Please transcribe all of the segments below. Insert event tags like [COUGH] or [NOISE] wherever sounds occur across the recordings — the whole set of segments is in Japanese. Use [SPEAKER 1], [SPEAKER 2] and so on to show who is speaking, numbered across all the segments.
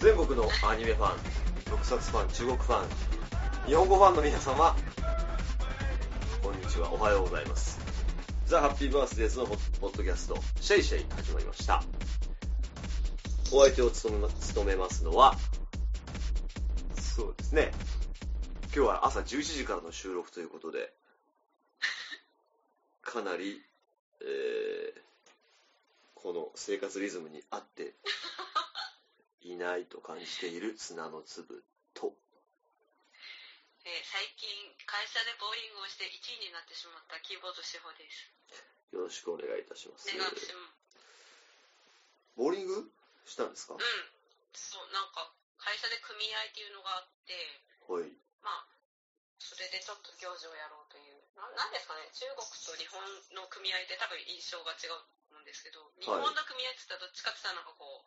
[SPEAKER 1] 全国のアニメファン、特撮ファン、中国ファン、日本語ファンの皆様、こんにちは、おはようございます。ザ・ハッピーバースデーズのポッドキャスト、シェイシェイ始まりました。お相手を務めま務めますのは、そうですね。今日は朝11時からの収録ということで、かなり、えーこの生活リズムに合っていないと感じている砂の粒と、
[SPEAKER 2] えー最近会社でボーリングをして1位になってしまったキーボード志保です
[SPEAKER 1] よろしくお願いいたします
[SPEAKER 2] 願。いしま
[SPEAKER 1] ボーリングしたんですか
[SPEAKER 2] すうんそうなんか会社で組合っていうのがあって
[SPEAKER 1] はい。
[SPEAKER 2] まあそれでちょっと行事をやろうというななんですかね中国と日本の組合で多分印象が違うと思うんですけど日本の組合って言ったらどっちかって言ったらなんかこう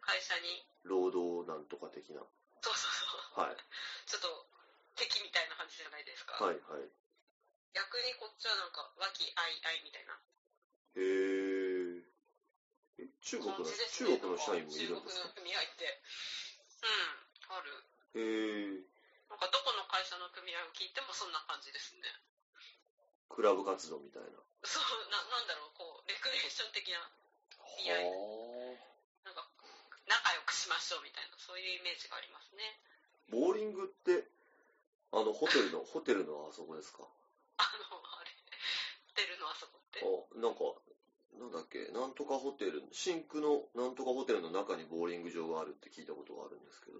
[SPEAKER 2] 会社に
[SPEAKER 1] 労働なんとか的な。
[SPEAKER 2] そうそうそ
[SPEAKER 1] は
[SPEAKER 2] う
[SPEAKER 1] い。
[SPEAKER 2] ちょっと敵みたいな感じじゃないですか、
[SPEAKER 1] はい、はい。
[SPEAKER 2] 逆にこっちはなんか和気あいあいみたいな
[SPEAKER 1] へー。え中国の、
[SPEAKER 2] 感じです
[SPEAKER 1] 中
[SPEAKER 2] ね
[SPEAKER 1] 国の社員もいるんですか
[SPEAKER 2] 中国の組合ってう
[SPEAKER 1] へー。
[SPEAKER 2] んあるなんかどこの会社の組合を聞いてもそんな感じですね
[SPEAKER 1] クラブ活動みたいな。
[SPEAKER 2] そうななんだろうこうレクリエーション的な組合
[SPEAKER 1] は
[SPEAKER 2] なんか仲良くしましょうみたいなそういうイメージがありますね
[SPEAKER 1] ーボーリングって、あの、ホテル
[SPEAKER 2] [LAUGHS]
[SPEAKER 1] の、ホテルのあそこですか
[SPEAKER 2] あのあれ出るのあそこって
[SPEAKER 1] あ、なんか、なんだっけ、なんとかホテル、シンクのなんとかホテルの中にボーリング場があるって聞いたことがあるんですけど。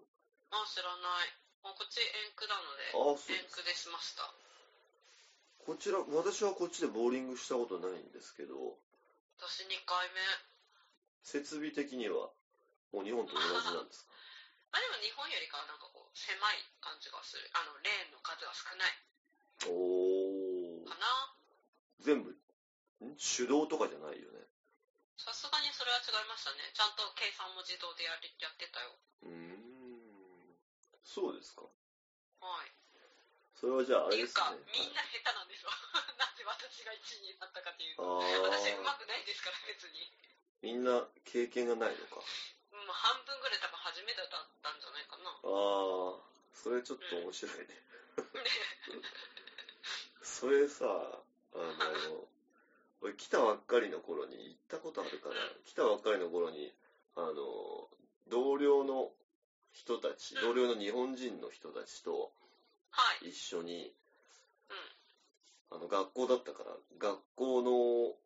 [SPEAKER 2] あ知らないもうこっち円区なので
[SPEAKER 1] ああ、そう
[SPEAKER 2] 円区でしました
[SPEAKER 1] こちら、私はこっちでボーリングしたことないんですけど、
[SPEAKER 2] 私2回目
[SPEAKER 1] 設備的には、もう日本と同じなんですか
[SPEAKER 2] まあでも日本よりかはなんかこう狭い感じがするあのレーンの数が少ない
[SPEAKER 1] [LAUGHS] おー
[SPEAKER 2] か。な
[SPEAKER 1] 全部、ん手動とかじゃないよね。
[SPEAKER 2] さすがにそれは違いましたねちゃんと計算も自動でやりやってたよ
[SPEAKER 1] うーん。そうですか。
[SPEAKER 2] はい
[SPEAKER 1] それはじゃあ、あ
[SPEAKER 2] って
[SPEAKER 1] れ
[SPEAKER 2] い
[SPEAKER 1] で
[SPEAKER 2] う
[SPEAKER 1] すね。
[SPEAKER 2] か、みんな下手なんですよ [LAUGHS] なんで私が1位になったかというと
[SPEAKER 1] はいあ
[SPEAKER 2] 私う
[SPEAKER 1] ー
[SPEAKER 2] まくないですから別に
[SPEAKER 1] みんな経験がないのか。
[SPEAKER 2] うん半分ぐらい多分初めてだったんじゃないかなね
[SPEAKER 1] ああ、それちょっと面白いね。それさ、あの、俺来たばっかりの頃に行ったことあるかな。来たばっかりの頃に、あの、同僚の人たち、同僚の日本人の人たちと
[SPEAKER 2] はい
[SPEAKER 1] 一緒に、あの、学校だったから、学校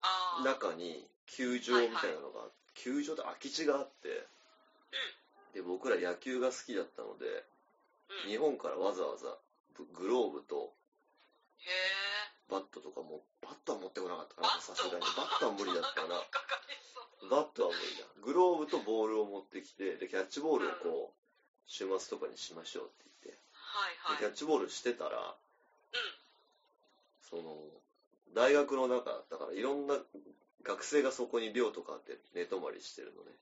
[SPEAKER 2] あ
[SPEAKER 1] の
[SPEAKER 2] ー
[SPEAKER 1] 中に球場みたいなのが、球場で空き地があって、で、僕ら野球が好きだったので、
[SPEAKER 2] うんへ
[SPEAKER 1] 日本からわざわざグローブと
[SPEAKER 2] え
[SPEAKER 1] バットとかも、バットは持ってこなかったか
[SPEAKER 2] バ
[SPEAKER 1] な、
[SPEAKER 2] ッ
[SPEAKER 1] さす
[SPEAKER 2] ト
[SPEAKER 1] がに。バットは無理だったか
[SPEAKER 2] [LAUGHS]
[SPEAKER 1] な
[SPEAKER 2] なん。かかかりそう
[SPEAKER 1] バットは無理だ。グローブとボールを持ってきて、で、キャッチボールをこう、週末とかにしましょうって言
[SPEAKER 2] はい
[SPEAKER 1] って、で
[SPEAKER 2] はい
[SPEAKER 1] キャッチボールしてたら、
[SPEAKER 2] うん
[SPEAKER 1] その、大学の中だから、いろんな学生がそこに寮とかあって寝泊まりしてるのね。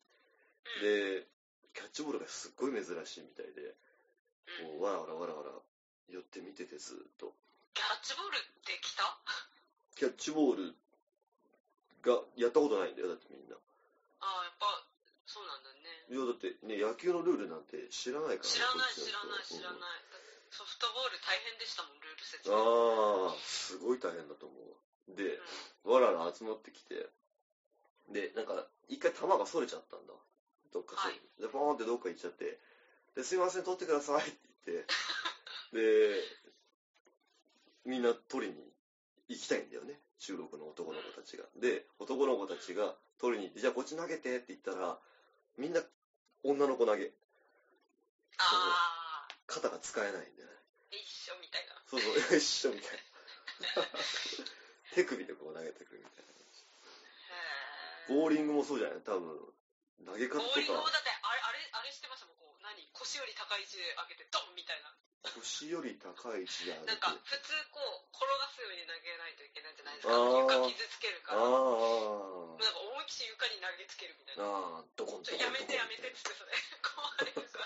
[SPEAKER 1] で、キャッチボールがすっごい珍しいみたいで、
[SPEAKER 2] うん
[SPEAKER 1] こう、わらわらわらわら寄って見ててずーっと。
[SPEAKER 2] キャッチボールできた
[SPEAKER 1] キャッチボールがやったことないんだよ、だってみんな。
[SPEAKER 2] ああやっぱそうなんだね
[SPEAKER 1] いや、だってね、野球のルールなんて知らないからね、
[SPEAKER 2] 知らない
[SPEAKER 1] こっ
[SPEAKER 2] 知
[SPEAKER 1] ち
[SPEAKER 2] らない知ら
[SPEAKER 1] の人
[SPEAKER 2] な
[SPEAKER 1] は。
[SPEAKER 2] いソフトボール大変でしたもんルール説明
[SPEAKER 1] うんああ、すごい大変だと思う。で、わらわら集まってきて、で、なんか、一回球がそれちゃったんだ。どっかそれ、
[SPEAKER 2] は
[SPEAKER 1] で、ポーンってどっか行っちゃって、で、すいません、取ってくださいって言って、で、みんな取りに行きたいんだよね、中国の男の子たちが。で、男の子たちが取りに行って、じゃあこっち投げてって言ったら、みんな女の子投げ、
[SPEAKER 2] ああ
[SPEAKER 1] 肩が使えないんだよね。
[SPEAKER 2] 一緒みたいな
[SPEAKER 1] そうそう、一緒みたいな。手首でこう投げてくるみたいな。ボーリングもそうじゃない多分、投げ方
[SPEAKER 2] ボ
[SPEAKER 1] と
[SPEAKER 2] ーリングも
[SPEAKER 1] か、
[SPEAKER 2] だってあれあれあれしてましたもんこう何腰より高い位置で上げてドンみたいな
[SPEAKER 1] 腰より高い位置で上げて。
[SPEAKER 2] なんか
[SPEAKER 1] あ
[SPEAKER 2] 普通こう転がすように投げないといけないじゃないですか
[SPEAKER 1] あー
[SPEAKER 2] 床傷つける
[SPEAKER 1] あ
[SPEAKER 2] からも
[SPEAKER 1] ー、
[SPEAKER 2] うなんか思いっきり床に投げつけるみたい
[SPEAKER 1] あ
[SPEAKER 2] な
[SPEAKER 1] あ、どこん
[SPEAKER 2] ちょやめてやめてっつってそれ [LAUGHS] 壊れるから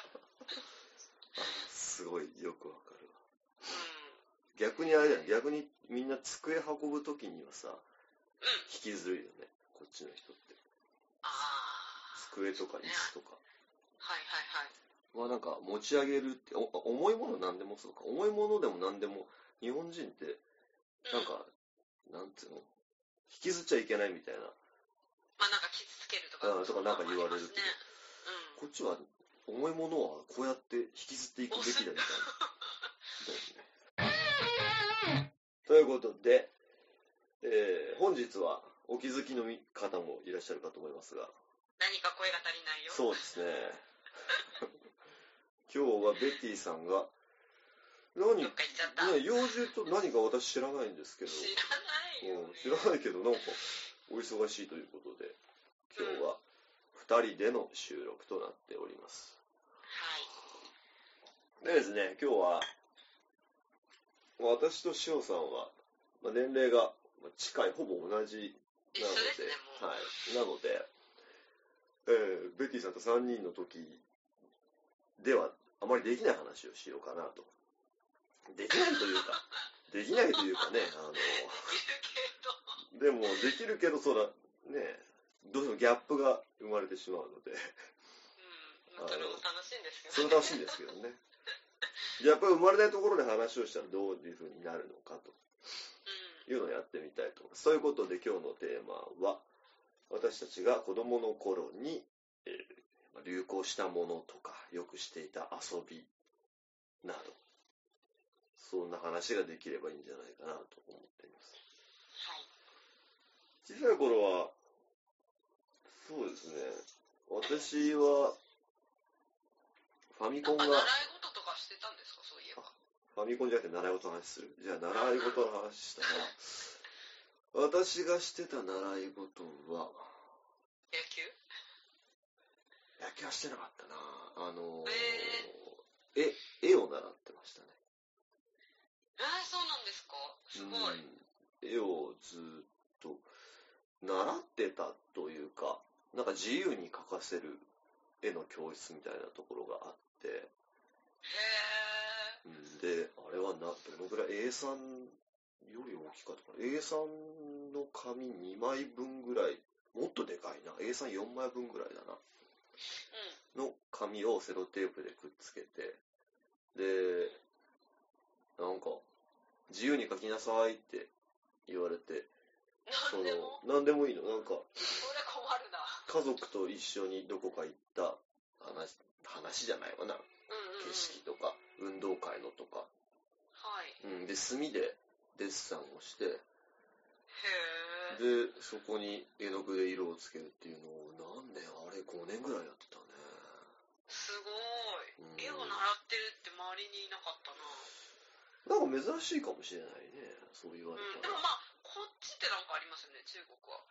[SPEAKER 1] すごい、よくわかるわ。
[SPEAKER 2] う
[SPEAKER 1] 逆にあれだよ、逆にみんな机運ぶときにはさ、
[SPEAKER 2] んうん
[SPEAKER 1] 引きずるよね。こっちの人って。
[SPEAKER 2] ああ
[SPEAKER 1] 机とか椅子とか。
[SPEAKER 2] はいはいははい。
[SPEAKER 1] はなんか持ち上げるって、お重いものなんでもそうか、重いものでもなんでも、日本人ってなん
[SPEAKER 2] うん、
[SPEAKER 1] か、なんていうの引きずっちゃいけないみたいな。
[SPEAKER 2] まあなんか傷つけるとか、
[SPEAKER 1] うんとかなんか言われる
[SPEAKER 2] そういうのもありますね。う
[SPEAKER 1] こ
[SPEAKER 2] ん。
[SPEAKER 1] っちは、重いものはこうやって引きずっていくべきだみたいな。ということで、えー本日はお気づきの方もいらっしゃるかと思いますが、
[SPEAKER 2] 何か声が足りないよ。
[SPEAKER 1] そうですね。 [LAUGHS] 今日はベティさんが、何、
[SPEAKER 2] どっ
[SPEAKER 1] ね
[SPEAKER 2] か行っちゃった。知らな、
[SPEAKER 1] 幼獣と何か私知らないんですけど、
[SPEAKER 2] いよ、
[SPEAKER 1] うん
[SPEAKER 2] ね。
[SPEAKER 1] 知らないけど、なんか、お忙しいということで、今日は2人での収録となっております。
[SPEAKER 2] はい。
[SPEAKER 1] でですね、今日は、まあ私としおさんは、まあ年齢がまあ近い、ほぼ同じ
[SPEAKER 2] 一
[SPEAKER 1] なの
[SPEAKER 2] 緒です
[SPEAKER 1] で、
[SPEAKER 2] ね、
[SPEAKER 1] はい。な
[SPEAKER 2] もう。
[SPEAKER 1] ので、えーベティさんと3人の時では、あまりできない話をしようかなと。できないというか、できないというかね、あの、
[SPEAKER 2] [LAUGHS] いるけど。
[SPEAKER 1] でも、できるけど、そら、ねえ、どうしてもギャップが生まれてしまうので、 [LAUGHS]
[SPEAKER 2] うん。まあそれも楽しいんですけ
[SPEAKER 1] それ
[SPEAKER 2] ど、
[SPEAKER 1] 楽しいんですけどね。ギャップが生まれないところで話をしたらどういう風になるのか
[SPEAKER 2] うん。
[SPEAKER 1] というのをやってみたいと思います。ということで、今日のテーマは、私たちが子供の頃に、えーまあ流行したものとか、よくしていた遊びなど、そんな話ができればいいんじゃないかなと思っています。
[SPEAKER 2] はい。
[SPEAKER 1] 小さい頃は、そうですね、私は、ファミコ
[SPEAKER 2] なん
[SPEAKER 1] ンが、
[SPEAKER 2] か
[SPEAKER 1] フ
[SPEAKER 2] 習い事とかしてたんですか、そういえば。
[SPEAKER 1] ァミコンじゃなくて習い事の話する。じゃあ習い事の話したら、私がしてた習い事は、
[SPEAKER 2] 野球
[SPEAKER 1] 野球はしてなかったなあのー、絵、絵を習ってましたね。
[SPEAKER 2] えー、そうなんですかすごい。
[SPEAKER 1] うん、絵をずっと習ってたというか、なんか自由に描かせる絵の教室みたいなところがあって、
[SPEAKER 2] へ
[SPEAKER 1] う
[SPEAKER 2] え。
[SPEAKER 1] んで、あれはな、どのぐらい A3 より大きかったかな。A3 の紙2枚分ぐらい、もっとでかいな。A34 枚分ぐらいだな。
[SPEAKER 2] うん。
[SPEAKER 1] の紙をセロテープでくっつけて、で、なんか、自由に書きなさいって言われて、そ
[SPEAKER 2] なんでも、
[SPEAKER 1] の、なんでもいいの。なんか、
[SPEAKER 2] それ困るな。
[SPEAKER 1] 家族と一緒にどこか行った話、話じゃないわな。
[SPEAKER 2] うんうん、うん。
[SPEAKER 1] 景色とか、運動会のとか。
[SPEAKER 2] はい。
[SPEAKER 1] うん、で、墨でデッサンをして、
[SPEAKER 2] へえ。
[SPEAKER 1] で、そこに絵の具で色をつけるっていうのを何年あれ5年ぐらいやってた
[SPEAKER 2] すごい。
[SPEAKER 1] ね。うん
[SPEAKER 2] 絵を習ってるって周りにいなかった
[SPEAKER 1] な
[SPEAKER 2] な。
[SPEAKER 1] んか珍しいかもしれないね。そう言われ
[SPEAKER 2] うん。
[SPEAKER 1] た
[SPEAKER 2] でも
[SPEAKER 1] ら。
[SPEAKER 2] まあ、こっちってなんかありますよね、中国は。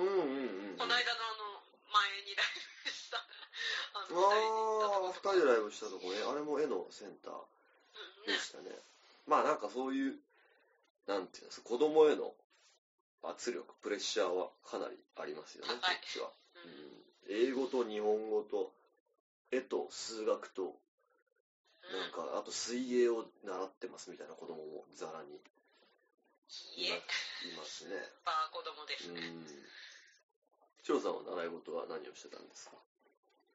[SPEAKER 1] うんうんうんうん。
[SPEAKER 2] この間のあの、前にライブした、あ
[SPEAKER 1] ああ、
[SPEAKER 2] の、二人
[SPEAKER 1] 二人でライ
[SPEAKER 2] で行ったとこ
[SPEAKER 1] ブしたとこね。あれも絵のセンター
[SPEAKER 2] う
[SPEAKER 1] で
[SPEAKER 2] んね。
[SPEAKER 1] したね。まあなんかそういう、なんていうんですか、子供への圧力、プレッシャーはかなりありますよね、こ
[SPEAKER 2] 高い
[SPEAKER 1] っちは。
[SPEAKER 2] う。
[SPEAKER 1] うんん英語と日本語と、絵と数学と、
[SPEAKER 2] う
[SPEAKER 1] なんか、あと水泳を習ってますみたいな子供もざらに
[SPEAKER 2] い
[SPEAKER 1] いま
[SPEAKER 2] いえ、や
[SPEAKER 1] い
[SPEAKER 2] っ
[SPEAKER 1] ますね。
[SPEAKER 2] ぱ子供で
[SPEAKER 1] う
[SPEAKER 2] すね。
[SPEAKER 1] ん。チロさんは習い事は何をしてたんですか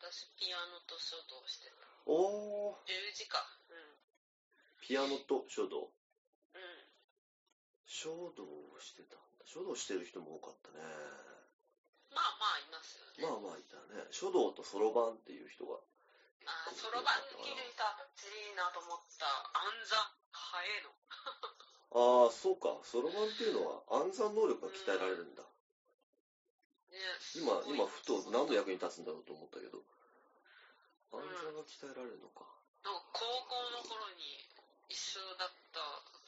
[SPEAKER 2] 私、ピアノと書道してた。
[SPEAKER 1] おー、
[SPEAKER 2] 十字架。うん。
[SPEAKER 1] ピアノと書道。
[SPEAKER 2] うん。
[SPEAKER 1] 書道をしてたんだ。書道してる人も多かったね。
[SPEAKER 2] まあまあ、いますよね。
[SPEAKER 1] まあまあいたね。書道とそろばんっていう人が。
[SPEAKER 2] あーそろばん切る人はどっちいいなと思った。
[SPEAKER 1] ああ、
[SPEAKER 2] 暗算、早えの。
[SPEAKER 1] そうか。そろばんっていうのは暗算能力が鍛えられるんだ。
[SPEAKER 2] ね、
[SPEAKER 1] 今、今、ふと何の
[SPEAKER 2] や
[SPEAKER 1] 役に立つんだろうと思ったけど。暗算が鍛えられるのか。
[SPEAKER 2] 高校の頃に一緒だった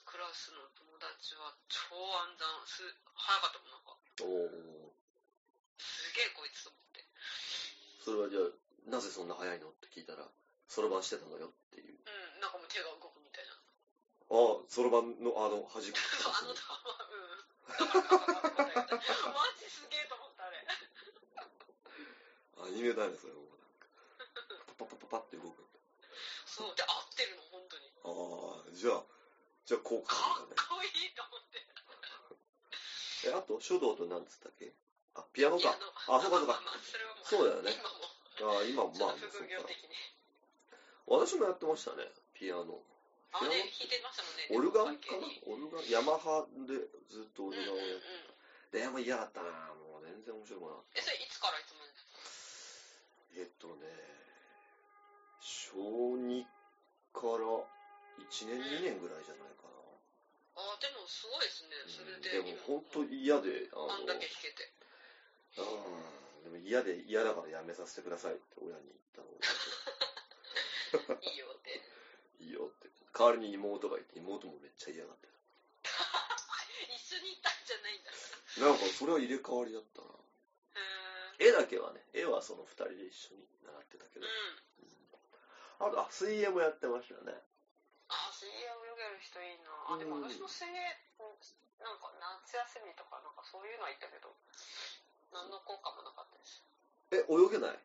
[SPEAKER 2] クラスの友達は超暗算、す、早かったもん、なんか。
[SPEAKER 1] おお。
[SPEAKER 2] すげえこいつと思
[SPEAKER 1] それは
[SPEAKER 2] って。
[SPEAKER 1] じゃあ、なぜそんな早いのって聞いたら、そろばんしてたのよっていう。
[SPEAKER 2] うん、なんかもう手が動くみたいな。
[SPEAKER 1] ああ、そろばんのあの端っこ。
[SPEAKER 2] そう、あの球、うん。だからなんかマジすげえと思った、あれ。
[SPEAKER 1] アニメだね、それも。なんかパパパパパって動く。
[SPEAKER 2] そう、で、合ってるの、本当に。
[SPEAKER 1] ああ、じゃあ、じゃあ効果
[SPEAKER 2] か
[SPEAKER 1] あるん
[SPEAKER 2] っ
[SPEAKER 1] だね。
[SPEAKER 2] こいいと思っ
[SPEAKER 1] え、
[SPEAKER 2] て。
[SPEAKER 1] あと、書道と何つったっけあ、ピアノ
[SPEAKER 2] いや
[SPEAKER 1] か。あそうかそうか
[SPEAKER 2] まあまあまあそれはもう
[SPEAKER 1] そうだよね
[SPEAKER 2] 今も、
[SPEAKER 1] あ今も
[SPEAKER 2] ち
[SPEAKER 1] ま
[SPEAKER 2] ょ
[SPEAKER 1] あ、
[SPEAKER 2] っと副業的に。
[SPEAKER 1] 私もやってましたね、ピアノ。
[SPEAKER 2] あのね、弾いてましたもんね。
[SPEAKER 1] オルガンかな
[SPEAKER 2] 関係に
[SPEAKER 1] オルガン、ヤマハでずっとオ
[SPEAKER 2] うん
[SPEAKER 1] ル
[SPEAKER 2] うん
[SPEAKER 1] ガンをや
[SPEAKER 2] う
[SPEAKER 1] っ
[SPEAKER 2] ん。
[SPEAKER 1] て。で、も嫌だったなもう全然面白くなかっ
[SPEAKER 2] え、それいつからいつまで
[SPEAKER 1] た。えっとね、小2から1年、2年ぐらいじゃないかな。
[SPEAKER 2] ああ、でもすごいですね。それで。
[SPEAKER 1] でも本当に嫌で、あの、
[SPEAKER 2] あんだけ弾けて。
[SPEAKER 1] うん、でも嫌で嫌だからやめさせてくださいって親に言ったの
[SPEAKER 2] いいよって。
[SPEAKER 1] いいよって。代わりに妹がいて、妹もめっちゃ嫌がって
[SPEAKER 2] 一緒にいたんじゃないんだ。
[SPEAKER 1] た。なん
[SPEAKER 2] へ
[SPEAKER 1] かそれは入れ替わりだったな。
[SPEAKER 2] え。
[SPEAKER 1] 絵だけはね、絵はその二人で一緒に習ってたけ
[SPEAKER 2] う
[SPEAKER 1] ど
[SPEAKER 2] ん。。
[SPEAKER 1] あと、あ、水泳もやってましたね。
[SPEAKER 2] あ、水泳泳げる人いいな。あ、でも私も水泳、なんか夏休みとかなんかそういうのは行ったけど、何の効果もなかったです。
[SPEAKER 1] え、泳げない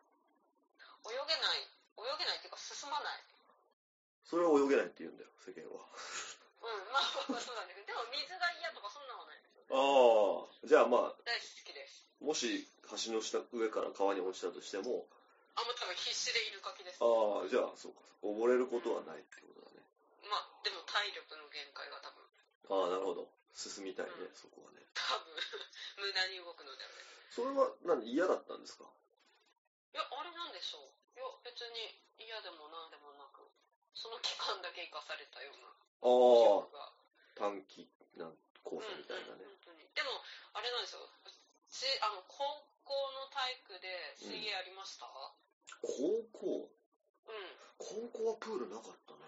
[SPEAKER 2] 泳げない、泳げないっていうか進まない。
[SPEAKER 1] それは泳げないって言うんだよ、世間は。
[SPEAKER 2] うん、まあまあそうなんだけど、でも水が嫌とかそんなのはないです
[SPEAKER 1] ああ。
[SPEAKER 2] よ。
[SPEAKER 1] じゃあま
[SPEAKER 2] 大好きです。
[SPEAKER 1] あ、もし橋の下、上から川に落ちたとしても、
[SPEAKER 2] あ、もう多分必死でイルカキです。
[SPEAKER 1] ああ、じゃあ、そうか、溺れることはないってことだね。
[SPEAKER 2] まあ、でも体力の限界が多
[SPEAKER 1] ああ、
[SPEAKER 2] 分、
[SPEAKER 1] なるほど。進みたいね、そこはね。
[SPEAKER 2] 多分、 [LAUGHS] 無駄に動くのではない。
[SPEAKER 1] それは何、嫌だったんですか
[SPEAKER 2] いや、あれなんでしょう。いや、別に嫌でもなんでもなく、その期間だけ生かされたよう
[SPEAKER 1] あ
[SPEAKER 2] な記
[SPEAKER 1] あ、
[SPEAKER 2] 憶が。
[SPEAKER 1] 短期なコースみたいな
[SPEAKER 2] うん
[SPEAKER 1] ね。
[SPEAKER 2] うん、本当に。でも、あれなんですよ。ちあの、高校の体育で水泳ありました、う
[SPEAKER 1] 高校
[SPEAKER 2] ん、
[SPEAKER 1] 高校はプールなかったね。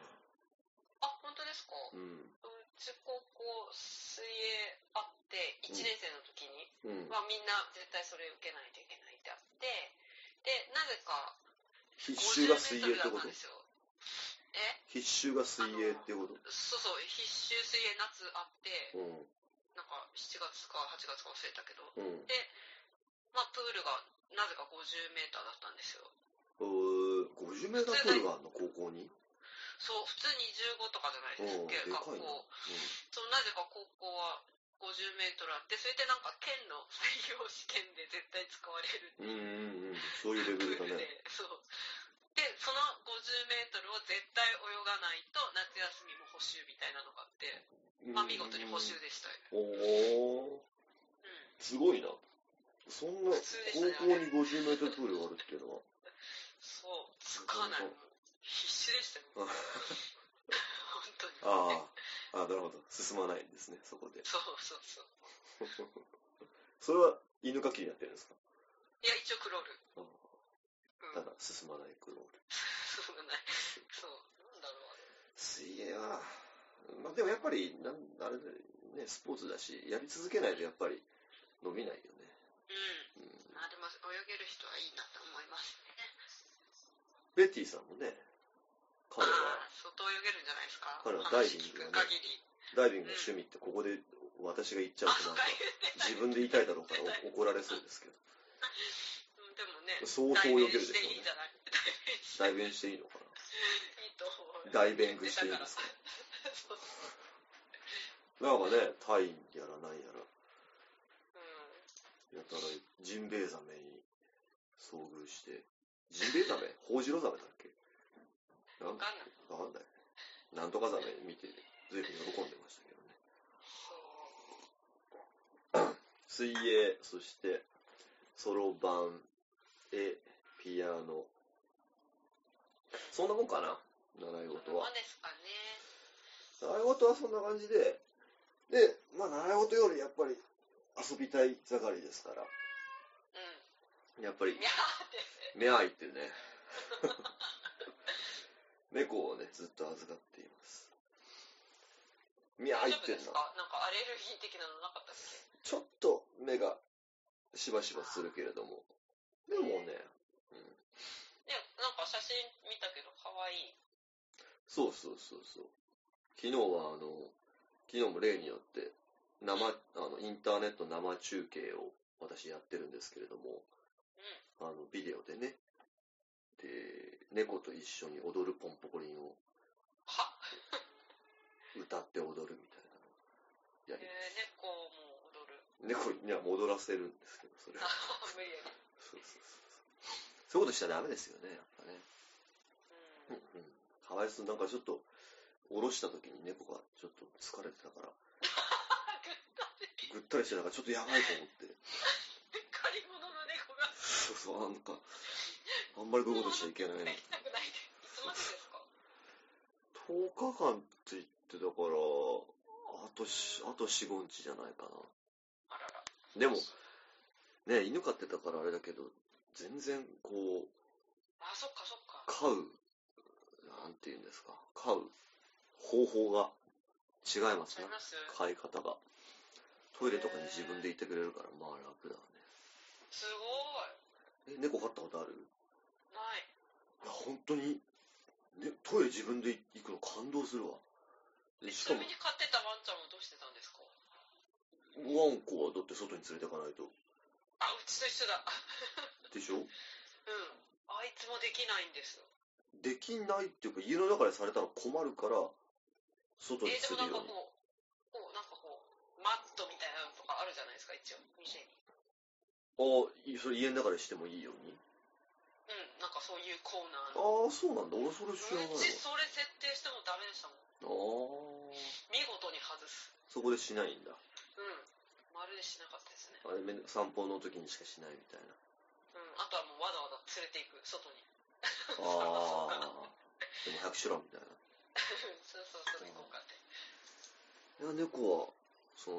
[SPEAKER 2] あ、本当ですかう
[SPEAKER 1] うん。
[SPEAKER 2] ち高校水泳あって、1年生の時に、
[SPEAKER 1] うん。
[SPEAKER 2] まあみんな絶対それ受けないといけないってあって、で、なぜか、
[SPEAKER 1] 必修が水
[SPEAKER 2] 50メート
[SPEAKER 1] 泳って
[SPEAKER 2] ルだ
[SPEAKER 1] こ
[SPEAKER 2] った
[SPEAKER 1] と
[SPEAKER 2] んですよ。え
[SPEAKER 1] 必修が水泳ってこと
[SPEAKER 2] そうそう、必修水泳夏あって、
[SPEAKER 1] う
[SPEAKER 2] なんか7月か8月か忘れたけど、
[SPEAKER 1] ん。うん。
[SPEAKER 2] まあプールがなぜか50メーターだったんですよ。
[SPEAKER 1] うー50メータープールがあるの高校に
[SPEAKER 2] そう、普通25とかじゃないです
[SPEAKER 1] おう
[SPEAKER 2] っけ、
[SPEAKER 1] でか
[SPEAKER 2] 学校
[SPEAKER 1] いね。
[SPEAKER 2] そう、なぜか高校は50メートルあって、それでなんか県の採用試験で絶対使われる
[SPEAKER 1] うんうんうんうん。そういうレベ
[SPEAKER 2] プ
[SPEAKER 1] ルだ
[SPEAKER 2] ー
[SPEAKER 1] ね
[SPEAKER 2] ルで。、そう。で、その50メートルを絶対泳がないと夏休みも補習みたいなのがあって、まあ見事に補習でしたよ。
[SPEAKER 1] おお
[SPEAKER 2] うん。
[SPEAKER 1] すごいな。そんな
[SPEAKER 2] 普通でしたね
[SPEAKER 1] 高校に50メートルプールがあるっていうの
[SPEAKER 2] [LAUGHS]
[SPEAKER 1] は。
[SPEAKER 2] そう、つかない。必死でした
[SPEAKER 1] あ
[SPEAKER 2] よ。本当に。
[SPEAKER 1] ああ、あなるほど。進まないんですね、そこで。
[SPEAKER 2] そうそうそう。
[SPEAKER 1] それは犬かきりやってるんですか
[SPEAKER 2] いや、一応クロール。
[SPEAKER 1] あ
[SPEAKER 2] う
[SPEAKER 1] た
[SPEAKER 2] ん。
[SPEAKER 1] だ、進まないクロール。
[SPEAKER 2] そうない。そう。なんだろう、あれ。
[SPEAKER 1] 水泳は、まあでもやっぱり、なんあれだよね、スポーツだし、やり続けないとやっぱり伸びないよね。う
[SPEAKER 2] う
[SPEAKER 1] ん
[SPEAKER 2] ん。まあでも、泳げる人はいいなと思いますね。
[SPEAKER 1] ベッティさんもね、
[SPEAKER 2] あ
[SPEAKER 1] 彼は
[SPEAKER 2] あ、相当泳げるんじゃないですか。
[SPEAKER 1] 彼はダイ
[SPEAKER 2] 話
[SPEAKER 1] ビン
[SPEAKER 2] 聞
[SPEAKER 1] グ
[SPEAKER 2] く
[SPEAKER 1] がね
[SPEAKER 2] 限り。
[SPEAKER 1] ダイビングの趣味ってここで私が言っちゃう
[SPEAKER 2] あ、
[SPEAKER 1] と
[SPEAKER 2] そ
[SPEAKER 1] な
[SPEAKER 2] うん
[SPEAKER 1] か
[SPEAKER 2] か言ってた
[SPEAKER 1] 自分で言いたいだろうからお怒られそうですけど、
[SPEAKER 2] うんでもね、
[SPEAKER 1] 相当泳げるでしょう
[SPEAKER 2] 代弁していいん
[SPEAKER 1] ね
[SPEAKER 2] じ。ゃない
[SPEAKER 1] 代弁していいのか
[SPEAKER 2] いいと思う。
[SPEAKER 1] な代弁具していいんですか
[SPEAKER 2] [LAUGHS] そう
[SPEAKER 1] なんかね、タイやらなんやら、
[SPEAKER 2] うん。
[SPEAKER 1] やたらジンベエザメに遭遇して、ジンベエザメホウジロザメだっけなん
[SPEAKER 2] わかんない。
[SPEAKER 1] わかんない。なんとかザメ見て、ずいぶん喜んでましたけどね。
[SPEAKER 2] そう。
[SPEAKER 1] 水泳、そして、そろばん、絵、ピアノ。そんなもんかな習い
[SPEAKER 2] こ
[SPEAKER 1] 事は
[SPEAKER 2] こ。ですかね。
[SPEAKER 1] 習い事はそんな感じで、で、まあ習い事よりやっぱり遊びたい盛りですから、
[SPEAKER 2] うん。
[SPEAKER 1] やっぱり
[SPEAKER 2] いやーって。
[SPEAKER 1] 目合いってね。 [LAUGHS] 猫をね、ずっと預かっています。目合
[SPEAKER 2] 大
[SPEAKER 1] い
[SPEAKER 2] 丈
[SPEAKER 1] っ
[SPEAKER 2] 夫
[SPEAKER 1] てん
[SPEAKER 2] です
[SPEAKER 1] な。
[SPEAKER 2] かなんかアレルギー的なのなかったっけ
[SPEAKER 1] ちょっと目がしばしばするけれども。でもね、
[SPEAKER 2] ね、なんか写真見たけど可愛い。
[SPEAKER 1] そうそうそうそう。昨日はあの、昨日も例によって、生、あの、インターネット生中継を私やってるんですけれども、あの、ビデオでね、で、猫と一緒に踊るポンポコリンを
[SPEAKER 2] は
[SPEAKER 1] 歌って踊るみたいなのをや
[SPEAKER 2] えー、猫も踊る。
[SPEAKER 1] り、猫には戻らせるんですけど、それは。
[SPEAKER 2] あ無理やり。
[SPEAKER 1] そうそうそうそう。そういうことしちゃダメですよね、やっぱね。う
[SPEAKER 2] う
[SPEAKER 1] ん
[SPEAKER 2] ん。
[SPEAKER 1] うん。かわいそう、なんかちょっと、下ろした時に猫がちょっと疲れてたから、ぐったりしてなんかちょっとやばいと思って。
[SPEAKER 2] 借り物の猫が
[SPEAKER 1] そうそう、なんか、あんまりこういうことしちゃいけないな
[SPEAKER 2] で。きたくないで。いつまでですか
[SPEAKER 1] 10日間って言って、だから、あとし、あと4、5日じゃないか
[SPEAKER 2] あらら。
[SPEAKER 1] な。でも、ね、犬飼ってたからあれだけど、全然こう、
[SPEAKER 2] あ、そっかそっか。
[SPEAKER 1] 飼う、なんて言うんですか、飼う方法が違います
[SPEAKER 2] 違
[SPEAKER 1] ね
[SPEAKER 2] い。ます
[SPEAKER 1] 飼い方が。トイレとかに自分で行ってくれるから、まあ楽だね。
[SPEAKER 2] すご
[SPEAKER 1] え、
[SPEAKER 2] い。
[SPEAKER 1] 猫飼ったことある
[SPEAKER 2] ない。
[SPEAKER 1] いや、本当に、ね、トイレ自分で行くの感動するわ。でし
[SPEAKER 2] ち
[SPEAKER 1] か
[SPEAKER 2] な
[SPEAKER 1] も
[SPEAKER 2] み、に飼ってたワンちゃんはどうしてたんですか
[SPEAKER 1] ワンコはだって外に連れてかないと。
[SPEAKER 2] あ、うちと一緒だ。
[SPEAKER 1] でしょ
[SPEAKER 2] うん。あいつもできないんですよ。
[SPEAKER 1] できないっていうか、家の中でされたら困るから、外に
[SPEAKER 2] えー、ですも
[SPEAKER 1] る
[SPEAKER 2] なん
[SPEAKER 1] ように。
[SPEAKER 2] かこう、こう、なんかこう、マットみたいなのとかあるじゃないですか、一応、店に。
[SPEAKER 1] ああ、いそれ家の中でしてもいいように。
[SPEAKER 2] うん、なんかそういうコーナーの。う
[SPEAKER 1] ああ、そうなんだ。俺それ知らないわ。
[SPEAKER 2] ち、それ設定してもダメでしたもん。
[SPEAKER 1] ああ、
[SPEAKER 2] 見事に外す。
[SPEAKER 1] そこでしないんだ。
[SPEAKER 2] うん。まるでしなかったですね。
[SPEAKER 1] あれ、めん散歩の時にしかしないみたいな。
[SPEAKER 2] うん。あとはもうわざわざ連れていく、外に。 [LAUGHS]
[SPEAKER 1] ああ、でも早くしろみたいな。
[SPEAKER 2] そうそう、そう行こうかって。
[SPEAKER 1] いや、猫は、そ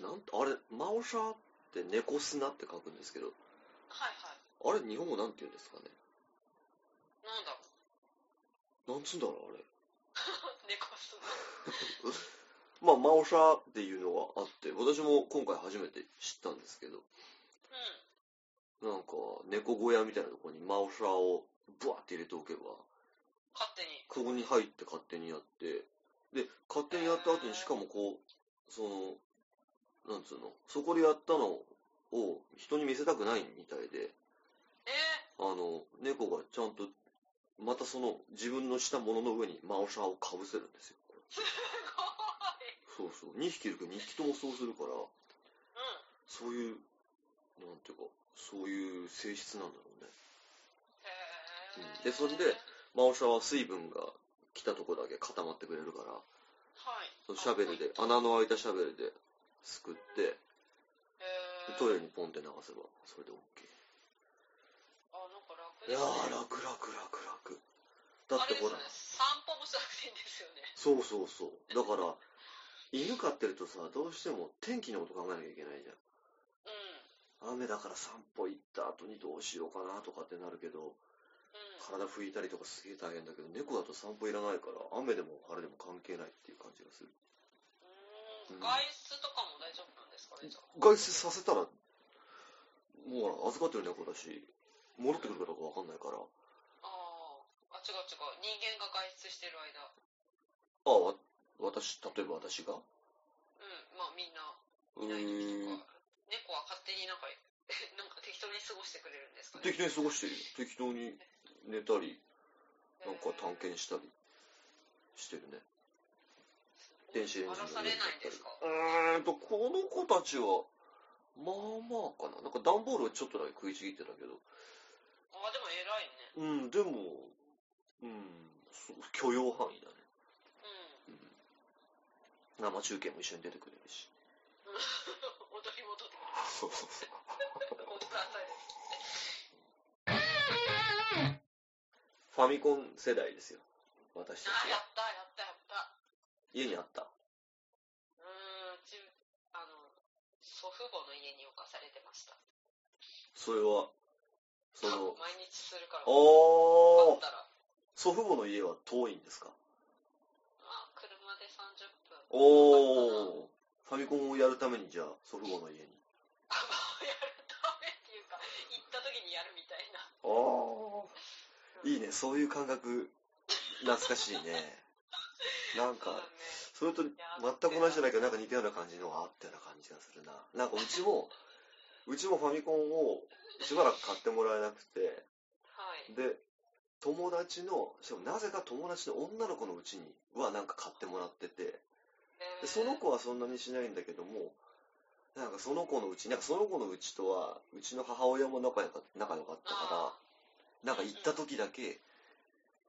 [SPEAKER 1] の、なんて、あれ、マオシャーって猫砂って書くんですけど、
[SPEAKER 2] はいは
[SPEAKER 1] あ
[SPEAKER 2] い。
[SPEAKER 1] れ、日本語なんて言うんですかね。
[SPEAKER 2] なんだろう。
[SPEAKER 1] な
[SPEAKER 2] [LAUGHS]
[SPEAKER 1] んつうんだろう、あれ。
[SPEAKER 2] 猫すごい。
[SPEAKER 1] まあ、マオシャーっていうのがあって、私も今回初めて知ったんですけど、
[SPEAKER 2] うん。
[SPEAKER 1] なんか、猫小屋みたいなところにマオシャーをブワーって入れておけば、
[SPEAKER 2] 勝手に。
[SPEAKER 1] ここに入って勝手にやって、で、勝手にやった後にしかもこう、その、なんつうの、そこでやったのを人に見せたくないみたいで、
[SPEAKER 2] えー、
[SPEAKER 1] あの、猫がちゃんと、またその自分のしたものの上にマオシャーをかぶせるんですよ。
[SPEAKER 2] すごい。
[SPEAKER 1] そうそう。2匹いるけど2匹ともそうするから、
[SPEAKER 2] うん。
[SPEAKER 1] そういう、なんていうか、そういう性質なんだろうね。
[SPEAKER 2] へー
[SPEAKER 1] うんでそれでマオシャーは水分が来たとこだけ固まってくれるから、
[SPEAKER 2] はい。
[SPEAKER 1] そのシャベルで、穴の開いたシャベルですくって、
[SPEAKER 2] へー
[SPEAKER 1] トイレにポンって流せば、それで OK。
[SPEAKER 2] あ、なんか楽
[SPEAKER 1] い
[SPEAKER 2] で
[SPEAKER 1] や
[SPEAKER 2] す
[SPEAKER 1] ー、
[SPEAKER 2] ね。
[SPEAKER 1] 楽楽楽楽。だってほら
[SPEAKER 2] あれ、ですね、散歩もしなくていいんですよね。
[SPEAKER 1] そうそうそう。だから、犬飼ってるとさ、どうしても天気のこと考えなきゃいけないじ
[SPEAKER 2] うん。
[SPEAKER 1] ゃん。雨だから散歩行った後にどうしようかなとかってなるけど、
[SPEAKER 2] うん。
[SPEAKER 1] 体拭いたりとかすげえ大変だけど、猫だと散歩いらないから、雨でも晴れでも関係ないっていう感じがする。
[SPEAKER 2] うーん外出とかも大丈夫なんですかね、じゃあ。
[SPEAKER 1] 外出させたら、もうほら、預かってる猫だし、戻ってくるかどうかわかんないから、あ
[SPEAKER 2] あーあ、違う違う。人間が外出してる間。
[SPEAKER 1] あ、わ私、例えば私が、
[SPEAKER 2] うん。まあみんな
[SPEAKER 1] う
[SPEAKER 2] いない
[SPEAKER 1] ー
[SPEAKER 2] 時と
[SPEAKER 1] ん
[SPEAKER 2] か。猫は勝手になんか、 [LAUGHS] なんか適当に過ごしてくれるんですかね。
[SPEAKER 1] 適当に過ごしてるよ。適当に寝たり、なんか探
[SPEAKER 2] へー
[SPEAKER 1] 検したりしてるね。電子レンジの
[SPEAKER 2] 荒らされないんですか
[SPEAKER 1] うーんと、この子たちは、まあまあかな。なんか段ボールをちょっとだけ食いちぎってたけど。
[SPEAKER 2] あ、でも偉いね。
[SPEAKER 1] うん、でも、うん、そう許容範囲だね。
[SPEAKER 2] [LAUGHS] う
[SPEAKER 1] 生中継も一緒に出てくれるし。 [LAUGHS]
[SPEAKER 2] ん。踊り戻ってくる。
[SPEAKER 1] そうそうそう。
[SPEAKER 2] 踊らされる。
[SPEAKER 1] ファミコン世代ですよ。私た
[SPEAKER 2] あ、
[SPEAKER 1] ち
[SPEAKER 2] や
[SPEAKER 1] は。
[SPEAKER 2] った、やった、やった。
[SPEAKER 1] 家にあった。
[SPEAKER 2] うーん、ちあの、祖父母の家に置かされてました。
[SPEAKER 1] それは、そ
[SPEAKER 2] 多
[SPEAKER 1] の
[SPEAKER 2] 分、毎日するから。あ
[SPEAKER 1] お
[SPEAKER 2] っ
[SPEAKER 1] ー
[SPEAKER 2] たら。
[SPEAKER 1] 祖父母の家は遠いんですか
[SPEAKER 2] あ、車で30分。ー。
[SPEAKER 1] おーファミコンをやるためにじゃあ、祖父母の家に。
[SPEAKER 2] あ、もうやるためっていうか、行った時にやるみたいな。
[SPEAKER 1] あーいいね、そういう感覚、懐かしいね。なん
[SPEAKER 2] そう
[SPEAKER 1] か
[SPEAKER 2] だ、ね。
[SPEAKER 1] それと全く同じじゃないけど、なんか似たような感じのがあったような感じがするな。なんかうちも、うちもファミコンをしばらく買ってもらえなくて、
[SPEAKER 2] はい。
[SPEAKER 1] で、友達の、しかもなぜか友達の女の子のうちにはなんか買ってもらってて、
[SPEAKER 2] え
[SPEAKER 1] で
[SPEAKER 2] ー
[SPEAKER 1] その子はそんなにしないんだけども、なんかその子のうち、なんかその子のうちとは、うちの母親も仲良か仲良かったから、なんか行った時だけ、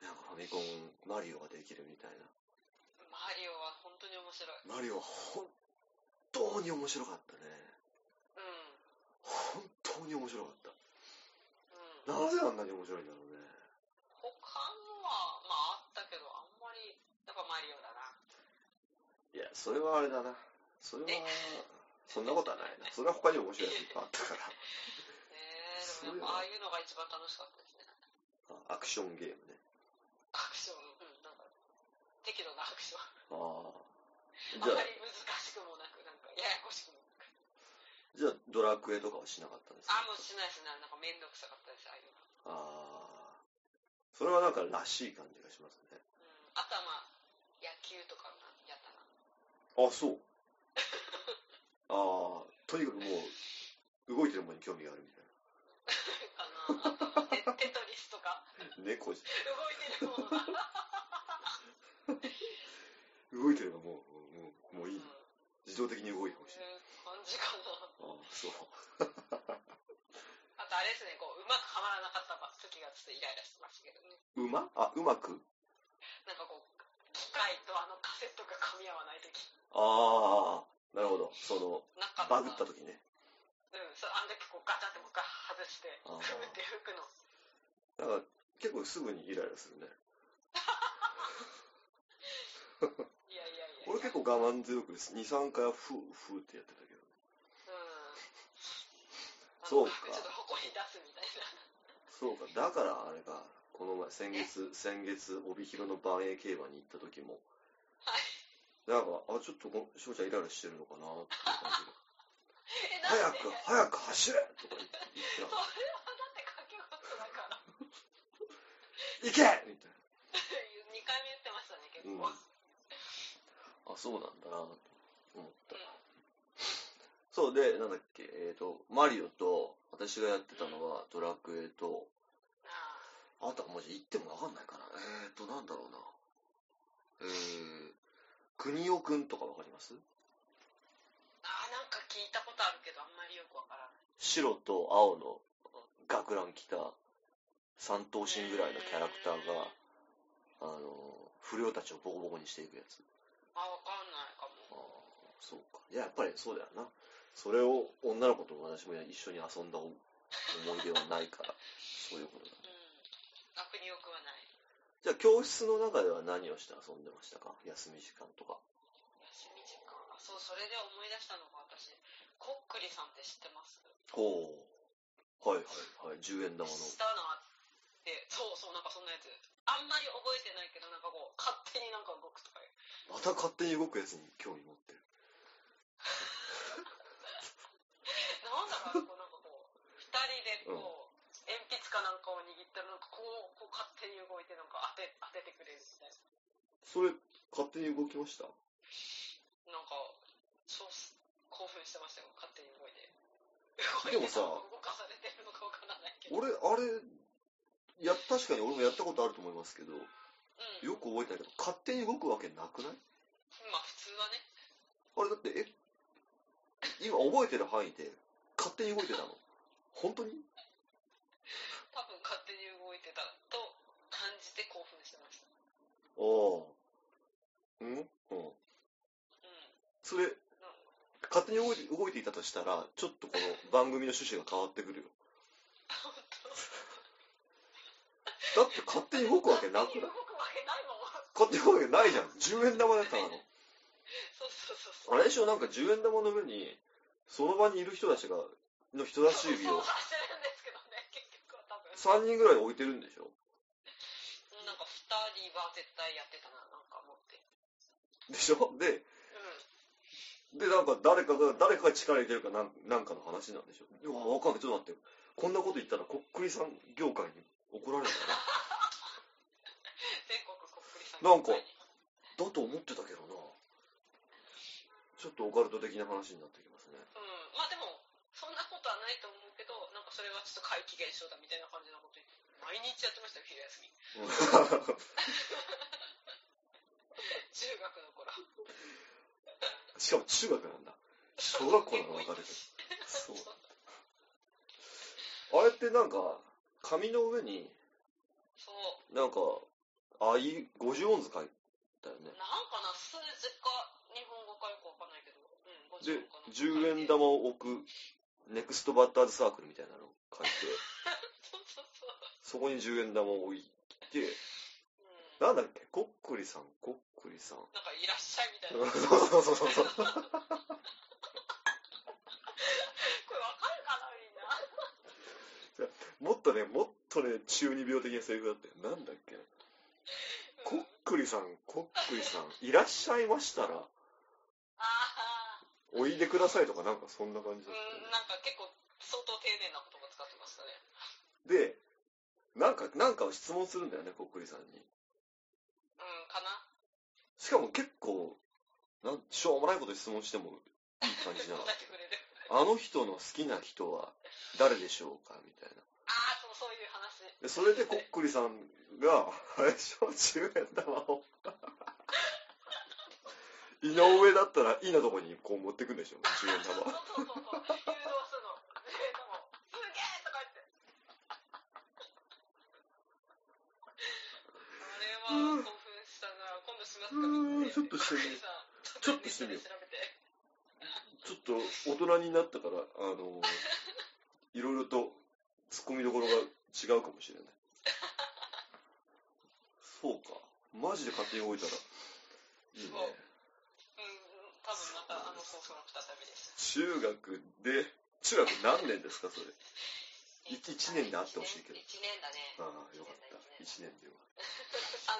[SPEAKER 1] なんかファミコン、マリオができるみたい
[SPEAKER 2] マリオは本当に面白い。
[SPEAKER 1] な。マリオ、本当に面白かったね。
[SPEAKER 2] う
[SPEAKER 1] 本
[SPEAKER 2] ん。
[SPEAKER 1] 当に面白かっ
[SPEAKER 2] うん。他
[SPEAKER 1] た。なぜあんなに面白いんだろうね。
[SPEAKER 2] のは、まああったけど、あんまり、やっぱマリオだな。
[SPEAKER 1] いや、それはあれだな。それは、そんなことはないな。それは他に面白いやついっぱいあったから。
[SPEAKER 2] ねえ、でもやっぱああいうのが一番楽しかったですね。
[SPEAKER 1] あアクションゲームね。
[SPEAKER 2] アクション、うん、なんか、適度なアクション。
[SPEAKER 1] ああ。
[SPEAKER 2] あ
[SPEAKER 1] じゃ
[SPEAKER 2] ん
[SPEAKER 1] あ
[SPEAKER 2] ま、り難しくもなく、なんか、ややこしくもなく。
[SPEAKER 1] じゃあドラクエとかはしなかったんですか
[SPEAKER 2] あ、もうしないですね。なんかめんどくさかったです、ああいうの。
[SPEAKER 1] ああ。それはなんからしい感じがしますね。
[SPEAKER 2] うん。あとはまあ、野球とかな、やったな。
[SPEAKER 1] あ、そう。ああ、とにかくもう、動いてるものに興味があるみたい
[SPEAKER 2] かな。あとはテ、テトリスとか、
[SPEAKER 1] な。猫じ
[SPEAKER 2] 動いてるものが。
[SPEAKER 1] ゃん、動いてればもう、もう、もう
[SPEAKER 2] う
[SPEAKER 1] いい
[SPEAKER 2] ん。。
[SPEAKER 1] 自動的に動
[SPEAKER 2] そう
[SPEAKER 1] い
[SPEAKER 2] い
[SPEAKER 1] て
[SPEAKER 2] う
[SPEAKER 1] ほしい。
[SPEAKER 2] 感じかな。
[SPEAKER 1] ああ、そう。
[SPEAKER 2] あとあれですね、こう、うまくはまらなかった時がちょっとイライラしましたけどね。
[SPEAKER 1] 馬あ、うまく
[SPEAKER 2] なんかこう、機械とあのカセットが噛み合わない時。
[SPEAKER 1] ああ、なるほど。その、
[SPEAKER 2] なか
[SPEAKER 1] バ
[SPEAKER 2] った。
[SPEAKER 1] グった時ね。
[SPEAKER 2] うん、そう、あんだけこうガチャってもう一回外して、
[SPEAKER 1] あー
[SPEAKER 2] ふむって吹くの。
[SPEAKER 1] なんか、結構すぐにイライラするね。
[SPEAKER 2] いやいやいやいや。
[SPEAKER 1] 俺結構我慢強くです。2、3回はふー、ふーってやってたけど。
[SPEAKER 2] う
[SPEAKER 1] そ
[SPEAKER 2] ん。
[SPEAKER 1] うか
[SPEAKER 2] あのちょっと誇り出すみたいな。
[SPEAKER 1] そうか、だからあれか。この前、先月、
[SPEAKER 2] [LAUGHS]
[SPEAKER 1] 先月、帯広の万栄競馬に行った時も。
[SPEAKER 2] はい。
[SPEAKER 1] なんか、あ、ちょっとこ、しょちゃんイライラしてるのかなっていう感じで。
[SPEAKER 2] え、
[SPEAKER 1] 早
[SPEAKER 2] なんで
[SPEAKER 1] く、早く走れとか言って
[SPEAKER 2] それはだって掛け事だから。
[SPEAKER 1] 言ってた。行けみたい
[SPEAKER 2] 2回目言ってましたね、結
[SPEAKER 1] な。
[SPEAKER 2] 構。
[SPEAKER 1] うん。あ、そうなんだなと思った
[SPEAKER 2] う。ん
[SPEAKER 1] そうで、なんだっけ、えっ、と、マリオと、私がやってたのは、ドラクエと、
[SPEAKER 2] あ
[SPEAKER 1] あとはもう言ってもわかんないかな。えっ、ー、と、なんだろうな。えー、くにおくんとかわかります
[SPEAKER 2] ーあー、なんか聞いたことあるけど、あんまりよくわからない。
[SPEAKER 1] 白と青の学ラン着た三頭身ぐらいのキャラクターが、あの、不良たちをボコボコにしていくやつ。
[SPEAKER 2] あ、わかんないか
[SPEAKER 1] ああ
[SPEAKER 2] も。、
[SPEAKER 1] そうか。いや、やっぱりそうだよな。それを女の子と私も一緒に遊んだ思い出はないから、そういうことだ。
[SPEAKER 2] うん。悪によくはない。
[SPEAKER 1] じゃあ、教室の中では何をして遊んでましたか休み時間とか。
[SPEAKER 2] 休み時間。あ、そう、それで思い出したのが私、コックリさんって知ってます
[SPEAKER 1] ほう。はいはいはい。10円玉の。
[SPEAKER 2] したなって、そうそう、なんかそんなやつ。あんまり覚えてないけど、なんかこう、勝手になんか動くとかいう。
[SPEAKER 1] また勝手に動くやつに興味持ってる。
[SPEAKER 2] なんだろう、こうなんかこう、二人でこう、鉛筆かなんかを握ったら、なんかこう、こう勝手に動いて、なんか当て、当ててくれるみたい
[SPEAKER 1] それ、勝手に動きました
[SPEAKER 2] な。なんか、超す興奮してましたよ、勝手に動いて。
[SPEAKER 1] でもさ
[SPEAKER 2] 動いてたのか動かされてるのかわからないけど。
[SPEAKER 1] 俺、あれ、や、確かに俺もやったことあると思いますけど、
[SPEAKER 2] うん。
[SPEAKER 1] よく覚えてないけど、勝手に動くわけなくない
[SPEAKER 2] まあ普通はね。
[SPEAKER 1] あれだって、え、今覚えてる範囲で、勝手に動いてたの本当に
[SPEAKER 2] 多分勝手に動いてたと感じて興奮してました。
[SPEAKER 1] ああ。うんうん。
[SPEAKER 2] うん。
[SPEAKER 1] それ、勝手に動いて動いていたとしたら、ちょっとこの番組の趣旨が変わってくるよ。
[SPEAKER 2] 本当
[SPEAKER 1] だって勝手に動くわけなく
[SPEAKER 2] 勝手に
[SPEAKER 1] ない
[SPEAKER 2] 動くわけないもん。
[SPEAKER 1] 勝手に動くわけないじゃん。10円玉だったの。
[SPEAKER 2] そうそうそうそう。
[SPEAKER 1] あれでしょ、なんか10円玉の上に、その場にいる人たちが、の人差し指
[SPEAKER 2] そう
[SPEAKER 1] を
[SPEAKER 2] 走るんですけどね、結局は多
[SPEAKER 1] 3
[SPEAKER 2] 分。
[SPEAKER 1] 人ぐらい置いてるんでしょ
[SPEAKER 2] なんか二人は絶対やってたな、なんか思って。
[SPEAKER 1] でしょで、
[SPEAKER 2] うん。
[SPEAKER 1] で、なんか誰かが、誰かが力入れてるかなんなんかの話なんでしょうわ、わかんない。ちょっと待って。こんなこと言ったら、こっくりさん業界に怒られるか
[SPEAKER 2] 全国こっくりさん
[SPEAKER 1] なんかな。だと思ってたけどな。ちょっとオカルト的な話になってきますね。
[SPEAKER 2] うん。まあでも、そんなことはないと思うけど、なんかそれはちょっと怪奇現象だみたいな感じのこと言って、毎日やってましたよ、昼休み。中学の頃。
[SPEAKER 1] [LAUGHS] しかも中学なんだ。小学校なの分かるけど。そう。あれってなんか、紙の上に
[SPEAKER 2] そう。
[SPEAKER 1] なんか、あ、いい、50音図書いたよね。
[SPEAKER 2] なんかな、数字か、日本語かよくわかんないけど、うん、50
[SPEAKER 1] で
[SPEAKER 2] かな、
[SPEAKER 1] 10円玉を置く、ネクストバッターズサークルみたいなの [LAUGHS] 書いて、
[SPEAKER 2] そうそうそう。
[SPEAKER 1] そこに10円玉を置いて、
[SPEAKER 2] うん。
[SPEAKER 1] なんだっけ、こっくりさん、こっくりさん。
[SPEAKER 2] なんか、いらっしゃいみたい
[SPEAKER 1] そう [LAUGHS]
[SPEAKER 2] な。こ
[SPEAKER 1] そうそうそうそう。
[SPEAKER 2] れわかるかな、みんな。
[SPEAKER 1] もっとね、もっとね、中二病的なセリフだったよ。なんだっけな。こっ
[SPEAKER 2] うん、
[SPEAKER 1] くりさん、こっくりさん、いらっしゃいましたら、
[SPEAKER 2] [LAUGHS] ああ、
[SPEAKER 1] おいでくださいとか、なんかそんな感じだ
[SPEAKER 2] う
[SPEAKER 1] ったよね
[SPEAKER 2] ん、なんか結構、相当丁寧な言葉使ってましたね。
[SPEAKER 1] で、なんか、なんかを質問するんだよね、こっくりさんに。
[SPEAKER 2] うん、かな。
[SPEAKER 1] しかも結構、なんしょうもないこと質問してもいい感じなの
[SPEAKER 2] 答。えてくれる。
[SPEAKER 1] あの人の好きな人は誰でしょうかみたいな。
[SPEAKER 2] ああ、そう、そういう話。
[SPEAKER 1] で、それでこっくりさんが、あれでしょ、10円玉を。井上だったら、いいなとこにこう持ってくんでしょ、10円
[SPEAKER 2] そうそう
[SPEAKER 1] 玉。
[SPEAKER 2] そうそう、誘導するの。でもすげえとか言って。あれは興奮したな。今度します
[SPEAKER 1] うんちょっ
[SPEAKER 2] か
[SPEAKER 1] としてみる
[SPEAKER 2] る。ち
[SPEAKER 1] ち
[SPEAKER 2] ょ
[SPEAKER 1] ょっと
[SPEAKER 2] っと
[SPEAKER 1] してみる
[SPEAKER 2] 調べて。
[SPEAKER 1] ちょっと大人になったから、あのいろいろと突っ込みどころが違うかもしれない。そうか。マジで勝手に動いたら。いいね。
[SPEAKER 2] うん、多分またあの放送の再びです。
[SPEAKER 1] 中学で、中学何年ですか、それ。い一年であってほしいけど
[SPEAKER 2] 1年だね。
[SPEAKER 1] ああ、よかった。1年でよかっ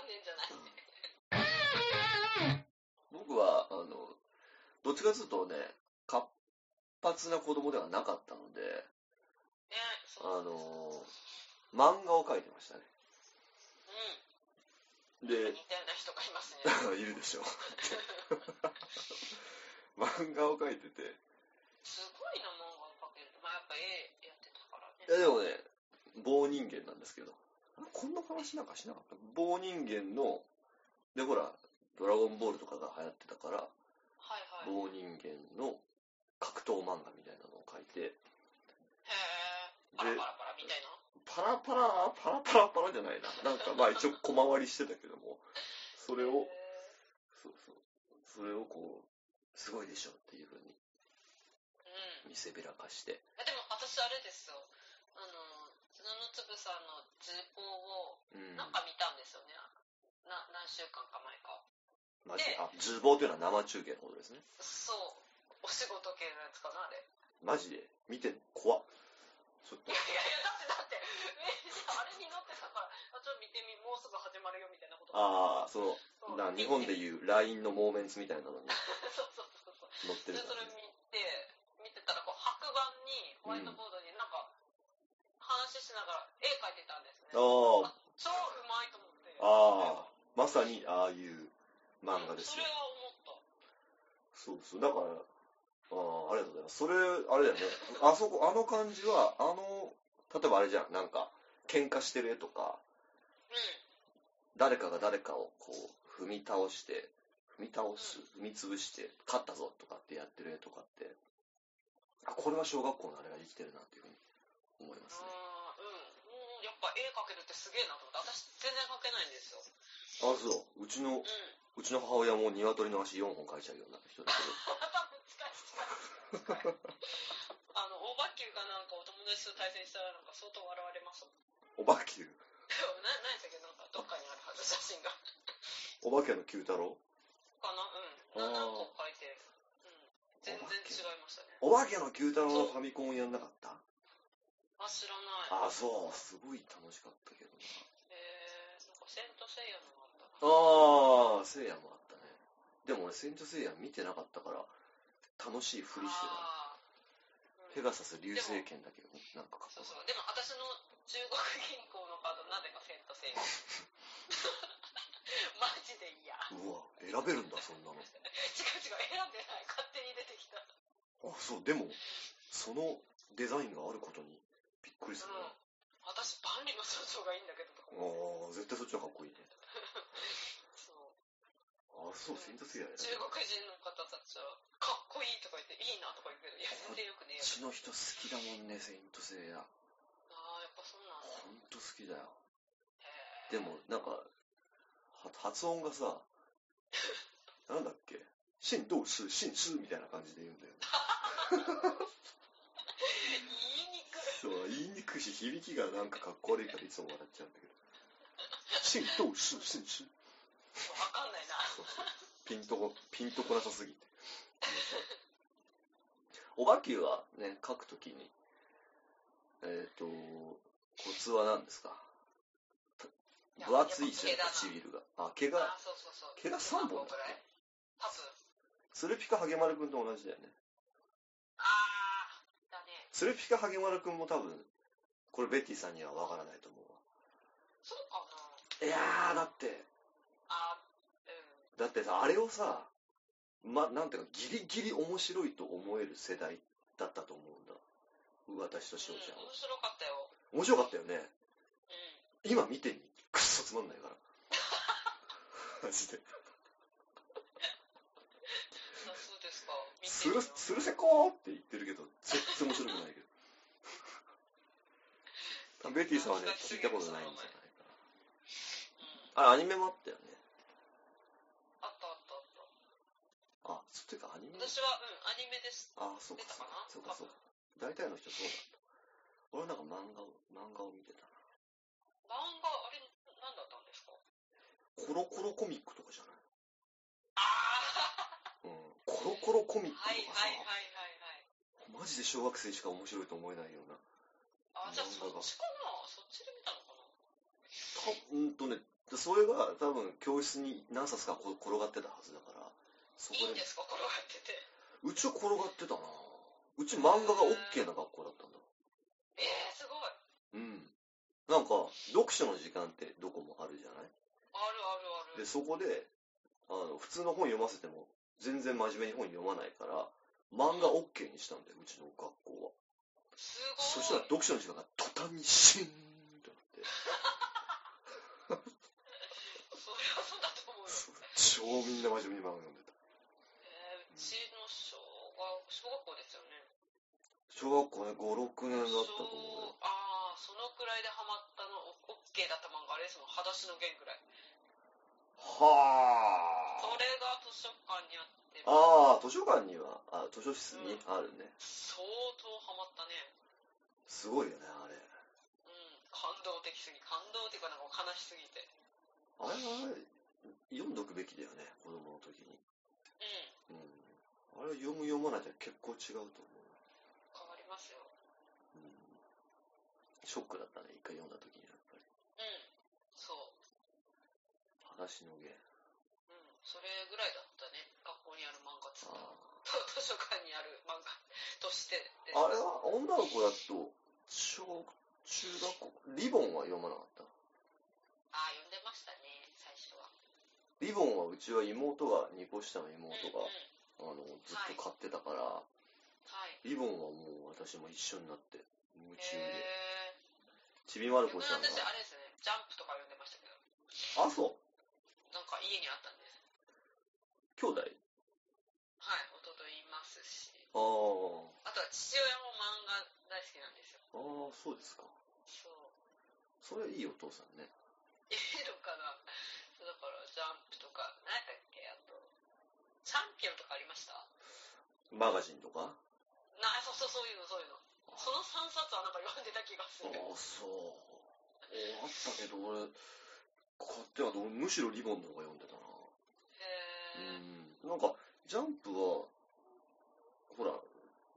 [SPEAKER 2] 3年じゃない。
[SPEAKER 1] た。僕は、あの、どっちかというとね、活発な子供ではなかったので、
[SPEAKER 2] ね、そう
[SPEAKER 1] あの、漫画を描いてましたね。
[SPEAKER 2] うん。
[SPEAKER 1] で [LAUGHS]
[SPEAKER 2] 似、たような人がいますね。
[SPEAKER 1] いるでしょ。 [LAUGHS] 漫画を描いてて。
[SPEAKER 2] すごいな、漫画を描ける。まあやっぱ絵やってたからね。
[SPEAKER 1] いやでもね、棒人間なんですけど。こんな話なんかしなかった棒人間の、でほら、ドラゴンボールとかが流行ってたから、
[SPEAKER 2] はいはい。
[SPEAKER 1] 棒人間の格闘漫画みたいなのを描いて、
[SPEAKER 2] へえ。パラパラパラみたいな。
[SPEAKER 1] パラパラ、パラパラパラじゃないな。なんかまあ一応小回りしてたけども、それを、
[SPEAKER 2] う
[SPEAKER 1] そうそう、それをこう、すごいでしょっていう風に
[SPEAKER 2] ん。
[SPEAKER 1] 見せびらかして、
[SPEAKER 2] でも私あれですよ。あの、角のつぶさんの図工を
[SPEAKER 1] うん。
[SPEAKER 2] なんか見たんですよね。な何週間か前か。
[SPEAKER 1] まあ、あ、ズボというのは生中継のことですね。
[SPEAKER 2] そう。お仕事系のやつかな、あれ。い
[SPEAKER 1] マジで見てんの怖っ。ちょっと
[SPEAKER 2] やいや、だってだって、 [LAUGHS] えあれに乗ってたから、あちょっと見てみ、もうすぐ始まるよみたいなこと。
[SPEAKER 1] ああ、そ
[SPEAKER 2] そう
[SPEAKER 1] の、な日本で
[SPEAKER 2] 見て
[SPEAKER 1] いう LINE のモーメンツみたいなのに
[SPEAKER 2] [LAUGHS] そうそうそうそう。
[SPEAKER 1] 載って
[SPEAKER 2] で、
[SPEAKER 1] る
[SPEAKER 2] そ
[SPEAKER 1] 感
[SPEAKER 2] れ
[SPEAKER 1] じ。
[SPEAKER 2] 見て、見てたら、こう、白板に、ホワイトボードになんか、話しながら絵描いてたんですね。
[SPEAKER 1] あ
[SPEAKER 2] 超うまいと思って。
[SPEAKER 1] あ、ああ、まさにああいう漫画です
[SPEAKER 2] それ
[SPEAKER 1] よ。
[SPEAKER 2] は思った。
[SPEAKER 1] そうそう、だから、ああ、ありがとうございます。それ、あれだよね、あそこ、あの感じは、あの、例えばあれじゃん、なんか、喧嘩してる絵とか、
[SPEAKER 2] う
[SPEAKER 1] 誰かが誰かをこう、踏み倒して、踏み倒す、踏み潰して、勝ったぞとかってやってる絵とかって、あ、これは小学校のあれが生きてるなっていうふうに思いますね。
[SPEAKER 2] ん。あーうん。うんやっぱ絵描けるってすげえなと思って。私全然描けないんですよ。う
[SPEAKER 1] あ、そう、うちの
[SPEAKER 2] ん。
[SPEAKER 1] うちの母親も鶏の足4本描いちゃうような人だけ
[SPEAKER 2] また近い近い近い。あの、大バッキューかなんかお友達と対戦したらなんか相当笑われますもん。
[SPEAKER 1] ど、お
[SPEAKER 2] [LAUGHS]
[SPEAKER 1] ばきゅう、
[SPEAKER 2] でもな、何でしたっけなんかどっかにあるはず、写真
[SPEAKER 1] [LAUGHS]
[SPEAKER 2] が。
[SPEAKER 1] おばけの九太郎
[SPEAKER 2] かなうん。な
[SPEAKER 1] あー
[SPEAKER 2] 何個描いてる。うん。全然違いましたね。
[SPEAKER 1] おばけの九太郎のファミコンやんなかった
[SPEAKER 2] あ、知らない。
[SPEAKER 1] あ、そう、すごい楽しかったけど
[SPEAKER 2] えー、なんかセントセイヤのもあった
[SPEAKER 1] な。
[SPEAKER 2] な。
[SPEAKER 1] ああ、聖夜もあったね。でも俺、セント聖夜見てなかったから、楽しいふりしてた。
[SPEAKER 2] あー
[SPEAKER 1] ペガサス流星剣だけどね、なんかかっ
[SPEAKER 2] そ
[SPEAKER 1] こ
[SPEAKER 2] う
[SPEAKER 1] よ
[SPEAKER 2] そう。でも私の中国銀行のカードなぜかセントセイヤ。マジで嫌。
[SPEAKER 1] かったうわ、選べるんだ、そんなの。
[SPEAKER 2] 違う違う、選んでない。勝手に出てきた。う
[SPEAKER 1] あ、そう、でも、そのデザインがあることにびっくりするね
[SPEAKER 2] ん。私、万里の少女がいいんだけどとか
[SPEAKER 1] あ
[SPEAKER 2] 思
[SPEAKER 1] あ、
[SPEAKER 2] って。
[SPEAKER 1] 絶対そっちの方がかっこいいね。
[SPEAKER 2] そう
[SPEAKER 1] あ、そう、セント聖夜や
[SPEAKER 2] 中国人の方たちは、かっこいいとか言って、いいなとか言うけど、いや、全然よくねえ
[SPEAKER 1] う
[SPEAKER 2] よ。
[SPEAKER 1] ちの人好きだもんね、セイントセイヤ。
[SPEAKER 2] ああ、やっぱそうなんだ。
[SPEAKER 1] ほんと好きだよ。
[SPEAKER 2] へえ
[SPEAKER 1] でも、なんか、は発音が
[SPEAKER 2] [LAUGHS]
[SPEAKER 1] さ、なんだっけ、新道士、新士みたいな感じで言うんだよね。
[SPEAKER 2] 言いにくい。
[SPEAKER 1] そう、言いにくいし、響きがなんかかっこ悪いからいつも笑っちゃうんだけど。新道士、新士。
[SPEAKER 2] わかんないな。
[SPEAKER 1] ピンとこ、ピンとこなさすぎて。おばきゅうはね、書くときに、えっ、と、コツは何ですか
[SPEAKER 2] や
[SPEAKER 1] 分厚いですね
[SPEAKER 2] やっ、ぱ毛だな
[SPEAKER 1] 唇が。あ、毛が、
[SPEAKER 2] あ、そうそうそう。
[SPEAKER 1] 毛が3本
[SPEAKER 2] 何くらい多分。
[SPEAKER 1] ツルピカハゲマルくんと同じだよね。
[SPEAKER 2] あー、だね。
[SPEAKER 1] ツルピカハゲマルくんも多分、これベッティさんには分からないと思うわ。
[SPEAKER 2] そうかな。
[SPEAKER 1] いやー、だって、
[SPEAKER 2] あ、うん。
[SPEAKER 1] だってさ、あれをさ、ま、なんていうか、ギリギリ面白いと思える世代だったと思うんだ。私としおちゃん
[SPEAKER 2] うん
[SPEAKER 1] は。
[SPEAKER 2] 面白かったよ。
[SPEAKER 1] 面白かったよね。
[SPEAKER 2] うん。
[SPEAKER 1] 今見てみ。くっそつまんないから。 [LAUGHS] マジで。
[SPEAKER 2] あそうですか。見て
[SPEAKER 1] す
[SPEAKER 2] みよ
[SPEAKER 1] る、
[SPEAKER 2] う
[SPEAKER 1] するせこーって言ってるけど、絶対面白くない [LAUGHS] けど。多分ベティさんはね、聞いたことないんじゃないかな。あ
[SPEAKER 2] うん。
[SPEAKER 1] れ、アニメもあったよね。
[SPEAKER 2] あったあったあっ
[SPEAKER 1] あ、
[SPEAKER 2] た。
[SPEAKER 1] そうていうかアニメ
[SPEAKER 2] 私は、うん、アニメです。
[SPEAKER 1] あ、そうか
[SPEAKER 2] 出たかな
[SPEAKER 1] そうか、そうか、そうか。大体の人そうだった。俺なんか漫画を、漫画を見てた
[SPEAKER 2] 漫画、あれ、何だったんですか
[SPEAKER 1] な。コロコロコミックとかじゃない
[SPEAKER 2] ああ
[SPEAKER 1] うん。コロコロコミックとか
[SPEAKER 2] はいはい
[SPEAKER 1] さ、
[SPEAKER 2] はいはいはい。
[SPEAKER 1] マジで小学生しか面白いと思えないような。
[SPEAKER 2] あ、じゃあそ
[SPEAKER 1] 漫画
[SPEAKER 2] っ
[SPEAKER 1] が
[SPEAKER 2] ちかなそっちで見たのかな
[SPEAKER 1] たうんとね、それが多分教室に何冊かこ転がってたはずだから、そこ
[SPEAKER 2] いいん
[SPEAKER 1] で
[SPEAKER 2] で、すかこれをやってて。
[SPEAKER 1] うちは転がってたなうち漫画が OK な学校だったんだ。
[SPEAKER 2] ええー、すごい。あ
[SPEAKER 1] うん。なんか、読書の時間ってどこもあるじゃない
[SPEAKER 2] るあるある。
[SPEAKER 1] でそこであの普通の本読ませても全然真面目に本読まないから漫画 OK にしたんだようちの学校は
[SPEAKER 2] す
[SPEAKER 1] そした
[SPEAKER 2] ご
[SPEAKER 1] ら
[SPEAKER 2] い。
[SPEAKER 1] 読書の時間が途端にシーンとなって
[SPEAKER 2] それはそうだと思う
[SPEAKER 1] 超
[SPEAKER 2] よ。
[SPEAKER 1] みんな真面目に漫画読んでた
[SPEAKER 2] えー、うちの小学小学校ですよね。
[SPEAKER 1] 小学校ね56年だったと思うよ
[SPEAKER 2] 小ああ、そのくらいでハマったの、オッケーだった漫画、あれですもん、裸足の弦ぐらい。そ
[SPEAKER 1] は
[SPEAKER 2] れが図書館にあって、
[SPEAKER 1] あああ図書館にはあ図書室にあるね
[SPEAKER 2] 相当ハマったね。
[SPEAKER 1] すごいよねあれ
[SPEAKER 2] うん、感動的すぎ、感動っていうかなんか悲しすぎて。
[SPEAKER 1] あれは読んどくべきだよね子供の時に
[SPEAKER 2] うん、
[SPEAKER 1] うんあれ読む読まないじゃ結構違うと思う
[SPEAKER 2] 変わりますよ。
[SPEAKER 1] うんショックだったね、一回読んだ時にやっぱり。
[SPEAKER 2] うん、そう。
[SPEAKER 1] 裸足のゲー
[SPEAKER 2] うん、それぐらいだったね。学校にある漫画っつったら [LAUGHS]
[SPEAKER 1] あ
[SPEAKER 2] と図書館にある漫画としてです。
[SPEAKER 1] あれは女の子だと、小、中学校、リボンは読まなかった。
[SPEAKER 2] あー読んでましたね、最初は。
[SPEAKER 1] リボンはうちは妹が、2個下の妹
[SPEAKER 2] うんう
[SPEAKER 1] があ
[SPEAKER 2] ん、
[SPEAKER 1] の、ずっと買ってたから、
[SPEAKER 2] はい。
[SPEAKER 1] リボンはもう私も一緒になって、夢中で。
[SPEAKER 2] へー。
[SPEAKER 1] ちびまる
[SPEAKER 2] 僕
[SPEAKER 1] 子ちゃん
[SPEAKER 2] 私あ
[SPEAKER 1] が、
[SPEAKER 2] れですね、ジャンプとか読んでましたけど、
[SPEAKER 1] あ、そう、
[SPEAKER 2] なんか家にあったんです。
[SPEAKER 1] 兄弟
[SPEAKER 2] はい、弟いますし。
[SPEAKER 1] あー
[SPEAKER 2] あとは父親も漫画大好きなんですよ。
[SPEAKER 1] あー、そうですか。
[SPEAKER 2] そう。
[SPEAKER 1] それいいお父さんね。
[SPEAKER 2] いいのかなそうだからジャンプとか何やったっけあとチャンピオンとかありました
[SPEAKER 1] マガジンとか
[SPEAKER 2] なあそうそうそういうのそういうのその3冊はなんか読んでた気がす
[SPEAKER 1] あ
[SPEAKER 2] る
[SPEAKER 1] あそうえーあったけど俺買ってはどうむしろリボンの方が読んでたな
[SPEAKER 2] へえ
[SPEAKER 1] うんなんかジャンプはほら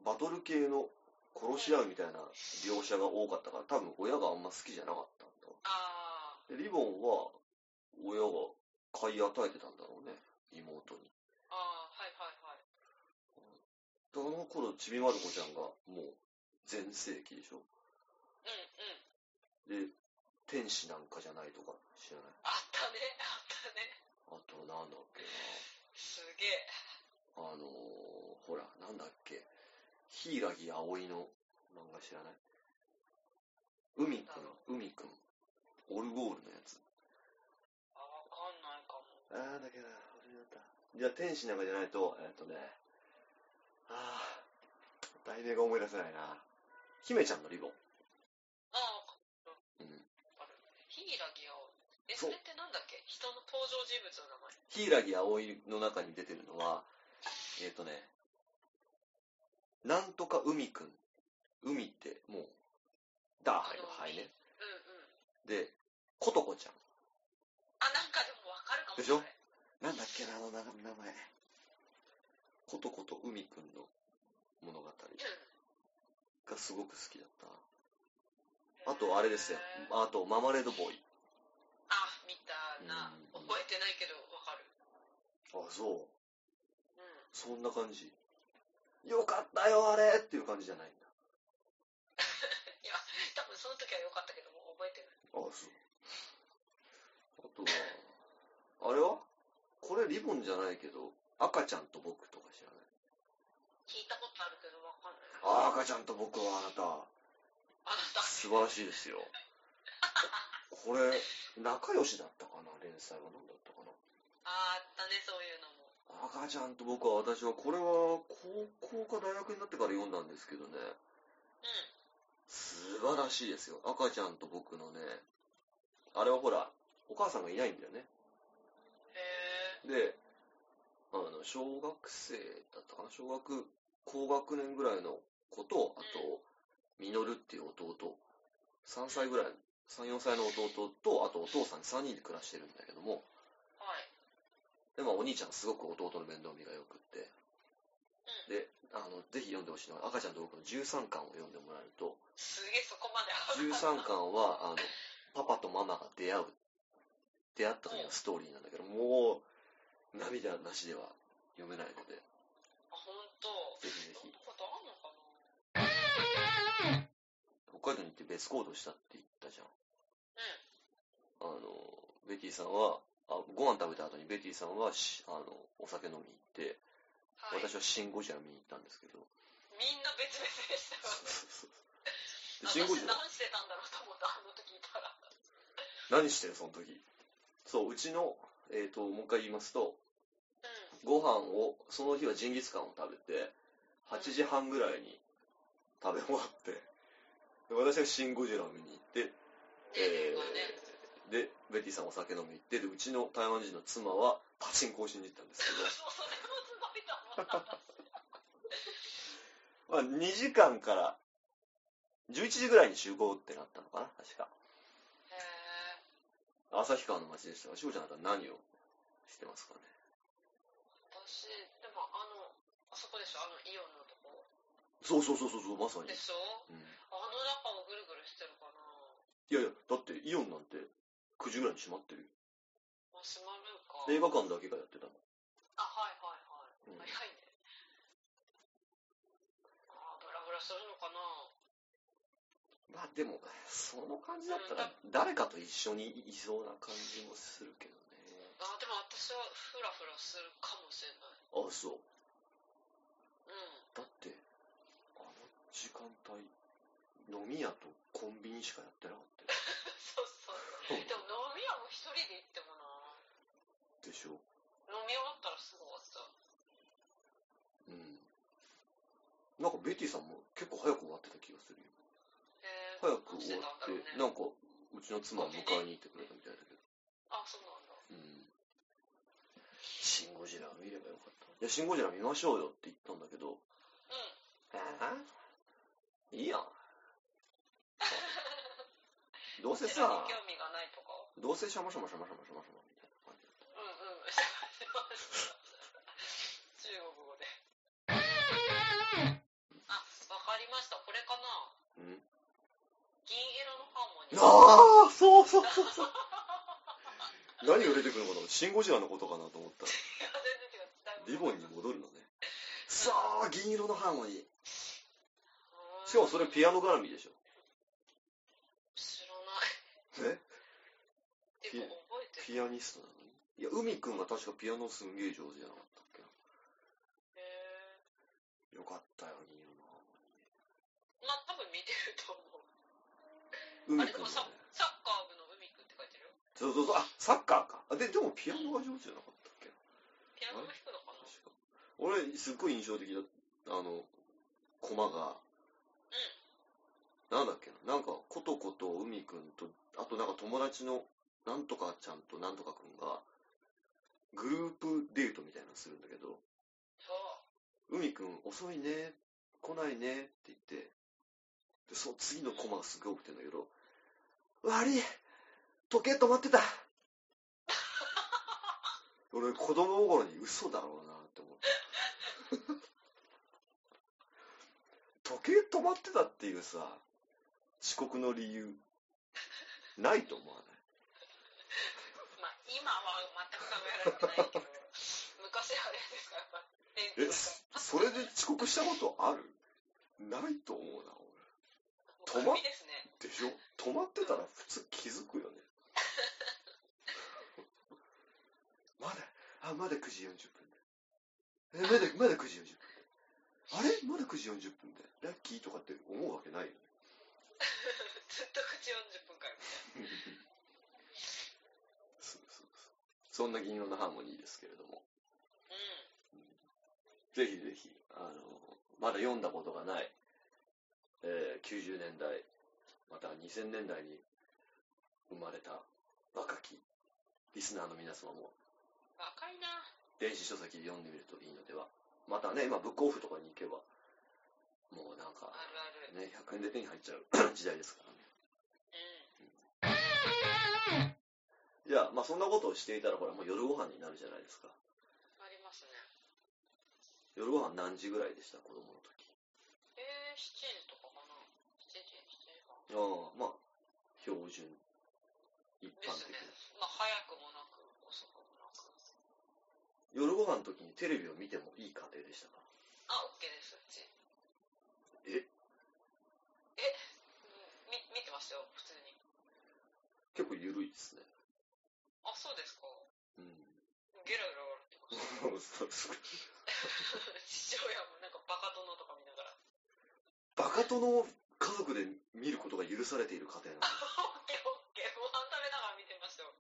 [SPEAKER 1] バトル系の殺し合うみたいな描写が多かったから多分親があんま好きじゃなかったん
[SPEAKER 2] ああ
[SPEAKER 1] だでリボンは親が買い与えてたんだろうね妹に
[SPEAKER 2] ああはいはいはい
[SPEAKER 1] であの頃ちびまる子ちゃんがもう全盛期でしょ
[SPEAKER 2] うんうん
[SPEAKER 1] で天使なんかじゃないとか知らない
[SPEAKER 2] あったね
[SPEAKER 1] あ
[SPEAKER 2] あったね
[SPEAKER 1] となんだっけな
[SPEAKER 2] すげえ
[SPEAKER 1] あのー、ほら、なんだっけ、柊葵の漫画知らない海くん、海くん。オルゴールのやつ。
[SPEAKER 2] あわかんないかも
[SPEAKER 1] あー、だけどな、俺だった。じゃあ、天使なんかじゃないと、えっとね、あー、題名が思い出せないな。姫ちゃんのリボン。
[SPEAKER 2] ああ
[SPEAKER 1] うん。
[SPEAKER 2] ヒイラギアオえ
[SPEAKER 1] そ
[SPEAKER 2] そうれってなんだっけ人の登場人物の名前。
[SPEAKER 1] 柊葵の中に出てるのは、えっ、とね、なんとか海くん。海って、もう、ダー入る、はいね。
[SPEAKER 2] うんうん。
[SPEAKER 1] で、ことこちゃ
[SPEAKER 2] あ、なんかでもわかるかも
[SPEAKER 1] でしょん。なんだっけな、あの名前。ことこと海くんの物語
[SPEAKER 2] それ
[SPEAKER 1] がすごく好きだったな。あと、あれですよ。あと、ママレードボーイ。
[SPEAKER 2] あ、見たな
[SPEAKER 1] うん。
[SPEAKER 2] 覚えてないけどわかる。
[SPEAKER 1] あ、そう。
[SPEAKER 2] うん。
[SPEAKER 1] そんな感じ。よかったよ、あれっていう感じじゃないんだ。
[SPEAKER 2] いや、多分その時は良かったけど、もう覚えてない。
[SPEAKER 1] あ、そう。あとは、あれはこれリボンじゃないけど、赤ちゃんと僕とか知らない。
[SPEAKER 2] 聞いたことあるけどわかんない。
[SPEAKER 1] ああ、
[SPEAKER 2] あ
[SPEAKER 1] 赤ちゃんと僕はあな
[SPEAKER 2] な
[SPEAKER 1] た、
[SPEAKER 2] た。
[SPEAKER 1] 素晴らしいですよ。これ、仲良しだったかな連載は何だったかな
[SPEAKER 2] あーあったね、そういうのも。
[SPEAKER 1] 赤ちゃんと僕は私は、これは高校か大学になってから読んだんですけどね、
[SPEAKER 2] うん。
[SPEAKER 1] 素晴らしいですよ。赤ちゃんと僕のね、あれはほら、お母さんがいないんだよね。
[SPEAKER 2] へえ。
[SPEAKER 1] で、あの、小学生だったかな小学、高学年ぐらいの子と、あと、ミノルっていう弟、3歳ぐらい、3、4歳の弟と、あとお父さん3人で暮らしてるんだけども、
[SPEAKER 2] はい。
[SPEAKER 1] で、まあお兄ちゃんすごく弟の面倒見が良くって、
[SPEAKER 2] うん。
[SPEAKER 1] で、あの、ぜひ読んでほしいのは、赤ちゃんと僕の13巻を読んでもらえると、
[SPEAKER 2] すげえそこまである。
[SPEAKER 1] 13巻は、
[SPEAKER 2] [LAUGHS]
[SPEAKER 1] あの、パパとママが出会う、出会った時のストーリーなんだけど、もう、涙なしでは読めないので、
[SPEAKER 2] あ、ほんと。
[SPEAKER 1] ぜひぜ
[SPEAKER 2] そん
[SPEAKER 1] ひ
[SPEAKER 2] な、ことあんのかな
[SPEAKER 1] 北海道に行って別行動したって言ったじゃん。
[SPEAKER 2] う
[SPEAKER 1] あの、ベティさんは、あご飯食べた後にベティさんはし、あの、お酒飲みに行って、
[SPEAKER 2] ん。はい。
[SPEAKER 1] 私はシンゴジラ見に行ったんですけど、
[SPEAKER 2] [LAUGHS] みんな別々でした
[SPEAKER 1] そう
[SPEAKER 2] よね。
[SPEAKER 1] そうそう。で、シンゴ
[SPEAKER 2] 私
[SPEAKER 1] ジラ
[SPEAKER 2] 何、してたんだろうと思った、あの時いたら。
[SPEAKER 1] 何してるその時。そう、うちの、えっ、と、もう一回言いますと、
[SPEAKER 2] うん。
[SPEAKER 1] ご飯を、その日はジンギスカンを食べて、8時半ぐらいに食べ終わって、で私はシン・ゴジラを見に行って、
[SPEAKER 2] ねえ、まあね。
[SPEAKER 1] ーで、ベティさんお酒飲みに行って、で、うちの台湾人の妻はパチンコをしに行ったんです
[SPEAKER 2] そう、それもすごいと思った。
[SPEAKER 1] [LAUGHS] け [LAUGHS] ど、まあ2時間から、11時ぐらいに集合ってなったのかな、確か。
[SPEAKER 2] へえ。
[SPEAKER 1] 旭川の街でしたが、しほちゃんだったら何をしてますかね。
[SPEAKER 2] 私、でもあの、あそこでしょあのイオンのとこ。
[SPEAKER 1] そうそうそうそうそう、まさに
[SPEAKER 2] で。しょ
[SPEAKER 1] うん、い
[SPEAKER 2] あの中をぐるぐるしてるかな
[SPEAKER 1] やいや、だってイオンなんて9時ぐらいに閉まってるよ。
[SPEAKER 2] マシュマロか。
[SPEAKER 1] 映画館だけがやってたもん。
[SPEAKER 2] あ、はいはいはい。
[SPEAKER 1] うん
[SPEAKER 2] 早いね。あー、ブラブラするのかな
[SPEAKER 1] まあでも、その感じだったら、誰かと一緒にいそうな感じもするけどね。
[SPEAKER 2] あー、でも私はフラフラするかもしれない。
[SPEAKER 1] あ、そう。
[SPEAKER 2] うん。
[SPEAKER 1] だって、あの時間帯、飲み屋とコンビニしかやってなかったよ
[SPEAKER 2] [LAUGHS] そうそう。でも飲み屋も一人で行ってもな
[SPEAKER 1] でしょ。
[SPEAKER 2] 飲み終わったらすぐ終わっちゃう。
[SPEAKER 1] うん。なんかベティさんも結構早く終わってた気がするよ。
[SPEAKER 2] へー
[SPEAKER 1] 早く終わって、
[SPEAKER 2] 何してたんだろうね。
[SPEAKER 1] なんか、うちの妻を迎えに行ってくれたみたいだけど。
[SPEAKER 2] あ、そうなんだ。
[SPEAKER 1] うん。シン・ゴジラ見ればよかった。いや、シン・ゴジラ見ましょうよって言ったんだけど、
[SPEAKER 2] うん。
[SPEAKER 1] えーい [LAUGHS] いやん。どうせさ、
[SPEAKER 2] 興味がないとか。
[SPEAKER 1] どうせシャマシャマシャマシャマシャマシャマみたいな感じだっ
[SPEAKER 2] うんうん。中国語で。あ、わかりました。これかな。
[SPEAKER 1] た。うん
[SPEAKER 2] 銀色のハーモニー。 [LAUGHS]
[SPEAKER 1] ああそうそうそうそう。何が出てくるのかなシン・ゴジラのことかなと思ったら、
[SPEAKER 2] 全然違うだいぶ
[SPEAKER 1] リボンに戻るのね。さあ、銀色のハーモニー。
[SPEAKER 2] うん
[SPEAKER 1] しかもそれピアノ絡みでしょ。
[SPEAKER 2] 知らない。
[SPEAKER 1] え
[SPEAKER 2] でも覚えてる。
[SPEAKER 1] ピアニストなのに。いや、海くんが確かピアノすんげえ上手じゃなかったっけ
[SPEAKER 2] へえ。
[SPEAKER 1] な。よかったよ、銀色のハ
[SPEAKER 2] まあ多分見てると思う。
[SPEAKER 1] ーモ
[SPEAKER 2] あ
[SPEAKER 1] ニー。海
[SPEAKER 2] れ
[SPEAKER 1] くん
[SPEAKER 2] でも
[SPEAKER 1] がね。
[SPEAKER 2] ササッカー部の海くんって書いてるよ。
[SPEAKER 1] そうそうそう、あ、サッカーか。あで、でもピアノが上手じゃなかったっけ
[SPEAKER 2] ピアノも弾くのかな。
[SPEAKER 1] 確か。俺、すっごい印象的だあの、コマが、なんだっけな、なんか、ことこと海くんと、あとなんか友達のなんとかちゃんとなんとかくんが、グループデートみたいなのするんだけど、
[SPEAKER 2] そう。
[SPEAKER 1] 海くん遅いね、来ないねって言って、で、その次のコマがすごい多くてんだけど、悪い時計止まってた [LAUGHS] 俺子供心に嘘だろうなって思って。時計止まってたっていうさ、遅刻の理由、ないと思わない
[SPEAKER 2] まあ、今は全く考えられてないけど、昔はあれですから、
[SPEAKER 1] え、そ
[SPEAKER 2] え
[SPEAKER 1] れで遅刻したことあるないと思うな、
[SPEAKER 2] 止まですね。
[SPEAKER 1] 俺。でしょ止まってたら普通気づくよね。 [LAUGHS] まだ、あ、まだ9時40分だ。え、まだ、まだ9時40分だ。あれまだ9時40分だ。ラッキーとかって思うわけないよね。
[SPEAKER 2] ずっと口40分から。
[SPEAKER 1] そうそうそう。そんな銀色のハーモニーですけれども。
[SPEAKER 2] うん。
[SPEAKER 1] ぜひぜひ、あの、まだ読んだことがない、えー90年代、または2000年代に生まれた若きリスナーの皆様も
[SPEAKER 2] 若いな。
[SPEAKER 1] 電子書籍で読んでみるといいのでは。またね、今ブックオフとかに行けば、もうなんか
[SPEAKER 2] あ、るある。
[SPEAKER 1] ね、100円で手に入っちゃう [COUGHS] 時代ですからね。
[SPEAKER 2] うん。
[SPEAKER 1] いや、まあそんなことをしていたら、これもう夜ご飯になるじゃないですか。
[SPEAKER 2] ありますね。
[SPEAKER 1] 夜ご飯何時ぐらいでした、子供の時。
[SPEAKER 2] えー、7時とかかな。7時、7時半。
[SPEAKER 1] ああ、まあ、標準、一
[SPEAKER 2] で
[SPEAKER 1] 般
[SPEAKER 2] す
[SPEAKER 1] 的
[SPEAKER 2] ね
[SPEAKER 1] な。。
[SPEAKER 2] まあ、早くもなく、遅くもなく。
[SPEAKER 1] 夜ご飯の時にテレビを見てもいい家庭でしたか
[SPEAKER 2] あ、OK です、うち。
[SPEAKER 1] え
[SPEAKER 2] えうんみ、見てましたよ、普通に。
[SPEAKER 1] 結構緩いですね。
[SPEAKER 2] あ、そうですか。
[SPEAKER 1] うん。
[SPEAKER 2] [LAUGHS] ゲラゲラ笑ってました。
[SPEAKER 1] そうですか。
[SPEAKER 2] [LAUGHS] 父親もなんかバカ殿とか見ながら。
[SPEAKER 1] バカ殿を家族で見ることが許されている家庭なの。
[SPEAKER 2] オッケーオッケー。ご飯食べながら見てましたよ。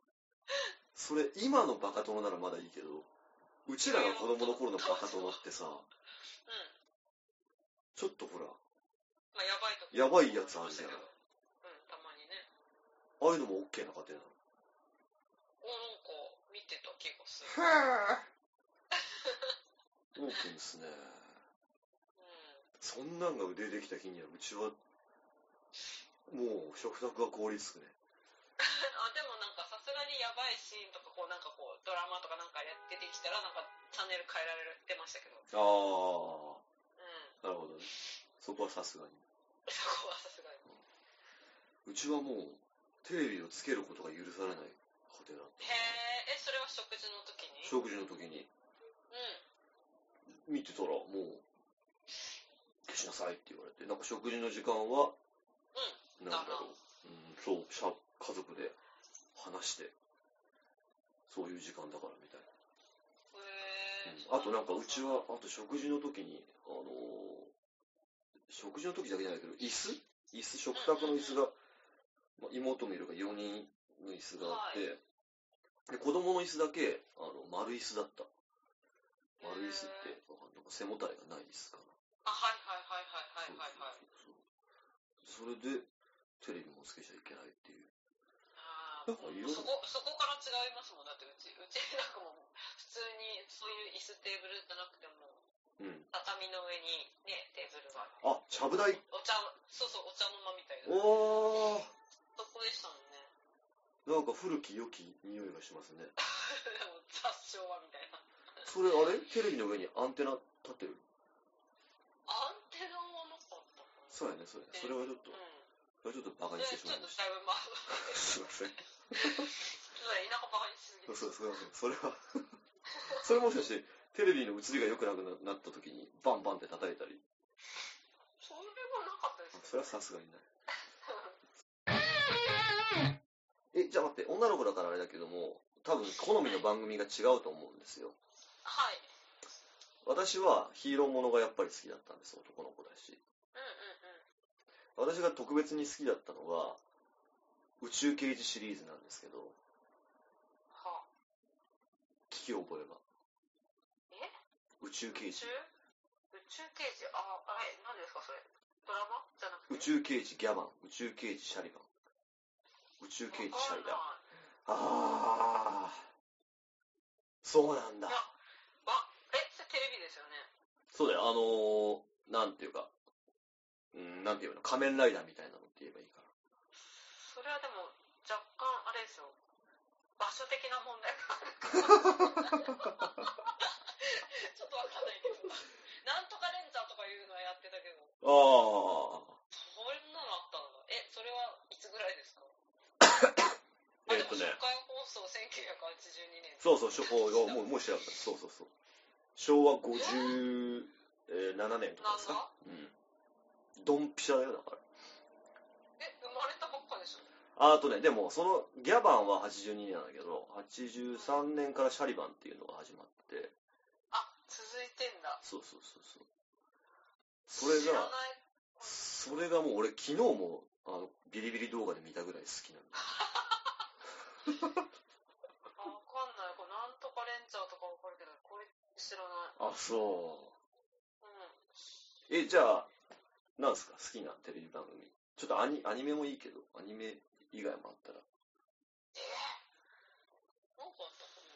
[SPEAKER 1] それ、今のバカ殿ならまだいいけど、うちらが子供の頃のバカ殿ってさ、
[SPEAKER 2] うん。
[SPEAKER 1] ちょっとほら、
[SPEAKER 2] まあ、やばいとこ
[SPEAKER 1] やばいやつあるじゃん
[SPEAKER 2] うん、たまにね。
[SPEAKER 1] ああいうのも OK な家庭なの。
[SPEAKER 2] お、なんか、見てた気がする。
[SPEAKER 1] オープンですね。
[SPEAKER 2] うん。
[SPEAKER 1] そんなんが出てきた日には、うちは、もう食卓が凍りつくね。
[SPEAKER 2] あでもなんかさすがにやばいシーンとかこうなんかこうドラマとかなんかやっててきたらなんかチャンネル変えられてましたけどうん
[SPEAKER 1] ああ、
[SPEAKER 2] そ
[SPEAKER 1] なるほどね。そこはさすがに。
[SPEAKER 2] こはさすがに
[SPEAKER 1] うちはもう、テレビをつけることが許されない家庭なの。
[SPEAKER 2] へええそれは食事の時にうん
[SPEAKER 1] 食事の時に、見てたらもう、消しなさいって言われて、なんか食事の時間は、
[SPEAKER 2] うん
[SPEAKER 1] なんだろう、うん、そう、しゃ家族で話して、そういう時間だからみたい
[SPEAKER 2] へえ、
[SPEAKER 1] な。うんあとなんかうちは、あと食事の時に、あのー食事の時だけじゃないけど、椅子椅子、食卓の椅子が、まあ、妹もいるから4人の椅子があって、で子供の椅子だけ、あの、丸椅子だった。丸椅子って、わかんないなんか背もたれがない椅子かな。
[SPEAKER 2] あはいはいはいはいはいはいはい
[SPEAKER 1] そうそうそうそれで、テレビもつけちゃいけないっていう。
[SPEAKER 2] あー
[SPEAKER 1] なんかいろいろ
[SPEAKER 2] そこそこから違いますもんだってうちうちなんかもう普通にそういう椅子テーブルじゃなくても
[SPEAKER 1] うん。
[SPEAKER 2] 畳の上にねテーブルがあ
[SPEAKER 1] あ、
[SPEAKER 2] る
[SPEAKER 1] ちゃぶ台。
[SPEAKER 2] お茶そうそうお茶の間みたいな
[SPEAKER 1] お
[SPEAKER 2] そこでしたもんね [LAUGHS]
[SPEAKER 1] ー。なんか古き良き匂いがしますね。
[SPEAKER 2] でも雑誌はみたいな
[SPEAKER 1] それあれテレビの上にアンテナ立ってる
[SPEAKER 2] アンテナはなかったかな
[SPEAKER 1] そうやね、それ。それはちょっと
[SPEAKER 2] う、ん
[SPEAKER 1] それはちょっとバカに
[SPEAKER 2] で
[SPEAKER 1] してし
[SPEAKER 2] ち
[SPEAKER 1] まい
[SPEAKER 2] ょっ
[SPEAKER 1] ま
[SPEAKER 2] と
[SPEAKER 1] し
[SPEAKER 2] だいぶまあ
[SPEAKER 1] た。すいません。
[SPEAKER 2] ちょっと田舎バカにしすぎ
[SPEAKER 1] そう
[SPEAKER 2] て
[SPEAKER 1] そうそうそう。それは、 [LAUGHS] それもしかして、テレビの映りが良くなくなった時に、バンバンって叩いたり。
[SPEAKER 2] それはなかったで
[SPEAKER 1] そ
[SPEAKER 2] す
[SPEAKER 1] れ
[SPEAKER 2] けど
[SPEAKER 1] はさすがにない。え、じゃあ待って、女の子だからあれだけども、多分好みの番組が違うと思うんですよ。
[SPEAKER 2] はい
[SPEAKER 1] 私はヒーローものがやっぱり好きだったんです、男の子だし。
[SPEAKER 2] うんうんうん
[SPEAKER 1] 私が特別に好きだったのは、宇宙刑事シリーズなんですけど、
[SPEAKER 2] は
[SPEAKER 1] 聞き覚えが。
[SPEAKER 2] え
[SPEAKER 1] 宇宙刑
[SPEAKER 2] 宇
[SPEAKER 1] 事
[SPEAKER 2] 宙。宇宙刑事ああれ何ですかそれドラマじゃなくて
[SPEAKER 1] 宇宙刑事ギャバン、宇宙刑事シャリバン、宇宙刑事シャリダ
[SPEAKER 2] わ
[SPEAKER 1] ン。
[SPEAKER 2] かんな
[SPEAKER 1] あ
[SPEAKER 2] い
[SPEAKER 1] あ。そうなんだ
[SPEAKER 2] いや。わ、え、それテレビですよね。
[SPEAKER 1] そうだよ、あのー、なんていうか、うん、なんていうの、仮面ライダーみたいなのって言えばいいか
[SPEAKER 2] それはでも、若干、あれですよ。場所的な問題があるから。
[SPEAKER 1] [LAUGHS]
[SPEAKER 2] ちょっとわかんないけど。なんとかレンジャーとかいうのはやってたけど、
[SPEAKER 1] な。ああ。
[SPEAKER 2] そんなのあったのだ。え、それはいつぐらいですか
[SPEAKER 1] えっとね
[SPEAKER 2] あでも初回放送1982年。
[SPEAKER 1] そうそう、しょおいやもう、もう調べた。そうそうそう。昭和57年とかですかうん。ドンピシャだよ、だから。
[SPEAKER 2] え、生まれたばっかでしょ
[SPEAKER 1] ああとね、でも、その、ギャバンは82年なんだけど、83年からシャリバンっていうのが始まって、
[SPEAKER 2] あ、続いてんだ。
[SPEAKER 1] そうそうそうそう。それ
[SPEAKER 2] 知ら
[SPEAKER 1] が、
[SPEAKER 2] ない。
[SPEAKER 1] それがもう俺昨日も、あの、ビリビリ動画で見たぐらい好きなんだ。
[SPEAKER 2] あ、わかんない。これなんとかレンジャーとかわかるけど、これ知らない。
[SPEAKER 1] あ、そ
[SPEAKER 2] うん。
[SPEAKER 1] う。え、じゃあ、なんすか好きなテレビ番組。ちょっとアニアニメもいいけど、アニメ以外もあったら。
[SPEAKER 2] えなんかあったかな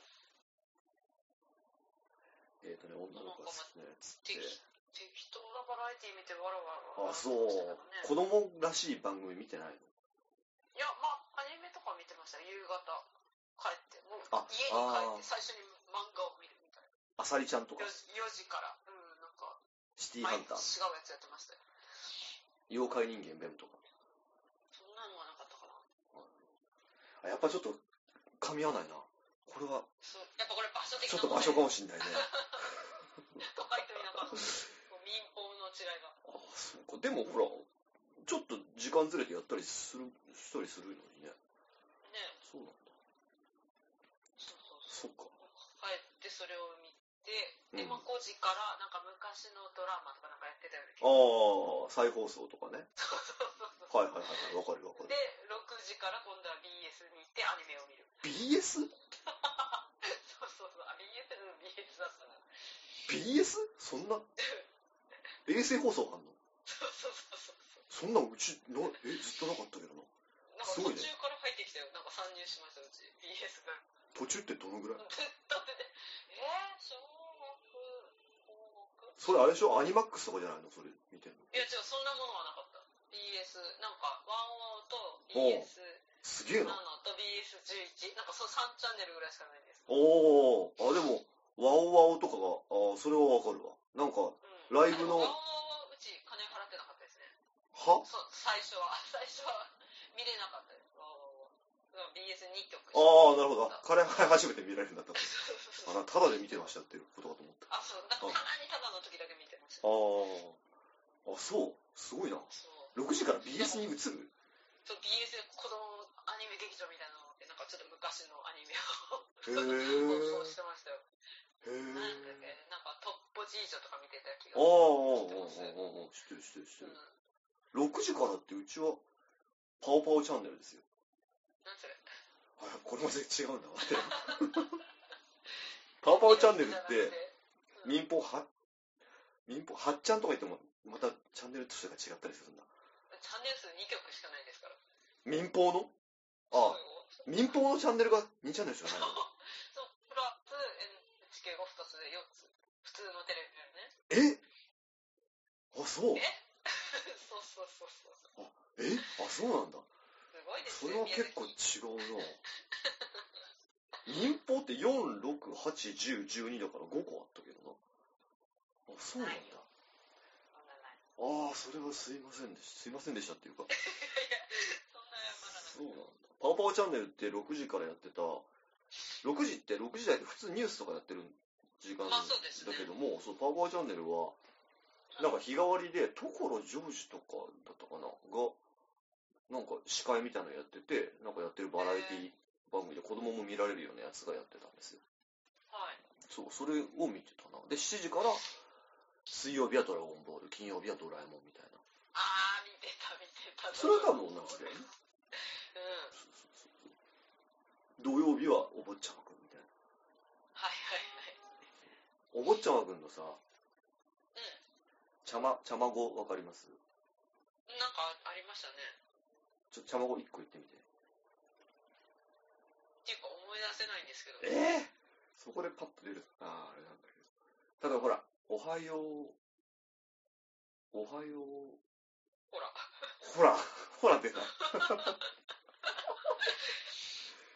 [SPEAKER 1] えっ、とね、女の子が好きなやつって
[SPEAKER 2] 適。適当なバラエティ見てわらわらわら
[SPEAKER 1] あ、
[SPEAKER 2] わら
[SPEAKER 1] そう
[SPEAKER 2] してたから。ね
[SPEAKER 1] 子供らしい番組見てないの
[SPEAKER 2] いや、まあ、アニメとか見てました。夕方。帰って。もう
[SPEAKER 1] あ
[SPEAKER 2] 家
[SPEAKER 1] あ
[SPEAKER 2] に帰っ
[SPEAKER 1] ー
[SPEAKER 2] て、最初に漫画を見るみたいな。
[SPEAKER 1] あさりちゃんとか
[SPEAKER 2] 4、時 ,4 時から。うん、なんか、
[SPEAKER 1] シティハ
[SPEAKER 2] 毎
[SPEAKER 1] ンタ
[SPEAKER 2] 日
[SPEAKER 1] ー、
[SPEAKER 2] 違うやつやってましたよ。
[SPEAKER 1] 妖怪人間ベムとか。
[SPEAKER 2] そんなのはなかったかな。
[SPEAKER 1] あ、やっぱちょっと、噛み合わないな。これは、
[SPEAKER 2] そう。やっぱこれ場所的
[SPEAKER 1] ちょ
[SPEAKER 2] な
[SPEAKER 1] っと場所
[SPEAKER 2] [LAUGHS]
[SPEAKER 1] かもしんないね。 [LAUGHS]
[SPEAKER 2] 都会と田舎のもう民放の違いが。
[SPEAKER 1] あ、そうか。でもほら、ちょっと時間ずれてやったりする、したりするのにね。
[SPEAKER 2] ね。
[SPEAKER 1] そうなんだ。
[SPEAKER 2] そうそう
[SPEAKER 1] そっ
[SPEAKER 2] そう。
[SPEAKER 1] か。
[SPEAKER 2] 帰ってそれを見て、で、
[SPEAKER 1] うん
[SPEAKER 2] まあ5時から、なんか昔のドラマとかなんかやってたような気
[SPEAKER 1] あ
[SPEAKER 2] が
[SPEAKER 1] あ、再放送と [LAUGHS] かね。はいはいはいはい、わかるわか
[SPEAKER 2] で
[SPEAKER 1] る。、
[SPEAKER 2] 6時から今度は BS に行ってアニメを見る。
[SPEAKER 1] BS?BS?
[SPEAKER 2] そうそうそう、あ、BS の BS だったな。
[SPEAKER 1] そんな、衛星放送あんの
[SPEAKER 2] そうそうそう
[SPEAKER 1] そ
[SPEAKER 2] そう。
[SPEAKER 1] んなんうち、な、え、ずっとなかったけどな。
[SPEAKER 2] なん
[SPEAKER 1] す
[SPEAKER 2] か
[SPEAKER 1] ごいね
[SPEAKER 2] 途中から入ってきたよ。なんか参入しました、うち。BS が。
[SPEAKER 1] 途中ってどのぐらい
[SPEAKER 2] だってね、えー、小学、高学
[SPEAKER 1] それあれでしょアニマックスとかじゃないのそれ見てんの。
[SPEAKER 2] いや違う、そんなものはなかった。BS、なんか、ワン
[SPEAKER 1] おう
[SPEAKER 2] オーと BS7
[SPEAKER 1] すげえな。
[SPEAKER 2] と BS11、なんかその3チャンネルぐらいしかないんです。
[SPEAKER 1] おー、あ、でも、ワオワオとかが、あーそれはわかるわ。なんか、
[SPEAKER 2] うん、
[SPEAKER 1] ライブの
[SPEAKER 2] ワンオーはうち金払ってなかったですね。
[SPEAKER 1] は
[SPEAKER 2] そう、最初は、最初は見れなかったです。ワンオーは。BS2 局しか
[SPEAKER 1] ああ、なるほど。あ彼は初めて見られるんだった。あら、ただで見てましたっていうことかと思った。
[SPEAKER 2] あ、そう、なんかたまにただの時だけ見てました。
[SPEAKER 1] ああ、あ、そう。すごいな。
[SPEAKER 2] そう、
[SPEAKER 1] 6時から BS に移る
[SPEAKER 2] そう BS で子供アニメ劇場みたいなのって、なんかちょっと昔のアニメを
[SPEAKER 1] へえ。
[SPEAKER 2] 放送してましたよ。
[SPEAKER 1] へえ。
[SPEAKER 2] なんだっけ、なんかトッポジージョとか見てた気
[SPEAKER 1] ああ、あ
[SPEAKER 2] が
[SPEAKER 1] あ、ああ、あ
[SPEAKER 2] する。
[SPEAKER 1] あ、知ってる、知ってる、知って
[SPEAKER 2] う
[SPEAKER 1] る
[SPEAKER 2] ん。。
[SPEAKER 1] 6時からってうちは、パオパオチャンネルですよ。
[SPEAKER 2] なんそれ。
[SPEAKER 1] あこれも全然違うんだわ。パオパオチャンネルっ
[SPEAKER 2] じゃ
[SPEAKER 1] て、民放は、民放、はっちゃんとか言っても、またチャンネルとしてが違ったりするんだ。
[SPEAKER 2] なくてチャンネル数2曲しかないですから。
[SPEAKER 1] 民放のああ、
[SPEAKER 2] そうよ
[SPEAKER 1] 民放のチャンネルが2チャンネルしかないの
[SPEAKER 2] そう、プラス NHK が2つで4つ。普通のテレビだよね。 [LAUGHS]
[SPEAKER 1] えあ、そう
[SPEAKER 2] えそうそうそうそう。
[SPEAKER 1] えあ、そうなんだ。
[SPEAKER 2] すごいです
[SPEAKER 1] それは結構
[SPEAKER 2] 宮崎
[SPEAKER 1] 違うな。民放って4、6、8、10、12だから5個あったけどな。あ、そうなんだ。
[SPEAKER 2] そんな
[SPEAKER 1] あ
[SPEAKER 2] ない。
[SPEAKER 1] あ、それはすいませんでした。すいませんでしたっていうか。
[SPEAKER 2] そんな謝ら
[SPEAKER 1] そうなん
[SPEAKER 2] なく
[SPEAKER 1] だ。パワパワチャンネルって6時からやってた、6時って6時台って普通ニュースとかやってる時間だ
[SPEAKER 2] まあそうですね
[SPEAKER 1] けども、そうパワパワチャンネルは、なんか日替わりで、所ジョージとかだったかな、が、なんか司会みたいなのやってて、なんかやってるバラエティ番組で子供も見られるようなやつがやってたんですよ。
[SPEAKER 2] はい。
[SPEAKER 1] そう、それを見てたな。で、7時から、水曜日はドラゴンボール、金曜日はドラえもんみたいな。
[SPEAKER 2] あー、見てた、見てた。
[SPEAKER 1] それは多分同じだよね。
[SPEAKER 2] うん。
[SPEAKER 1] そうそうそうそう土曜日はお坊ちゃまくんみたいな
[SPEAKER 2] はい
[SPEAKER 1] お坊
[SPEAKER 2] はいはい。
[SPEAKER 1] ちゃまくんのさ
[SPEAKER 2] うん。
[SPEAKER 1] ちゃまちゃま語わかります
[SPEAKER 2] なんかありましたね。
[SPEAKER 1] ちょちゃま語一個言ってみて
[SPEAKER 2] えい出せないんですけど。
[SPEAKER 1] ええそこでパッと出る。ああ、あれなんだけど。ただほら、おはよう、おはよう、
[SPEAKER 2] ほら。
[SPEAKER 1] ほら、 [LAUGHS] ほら出た。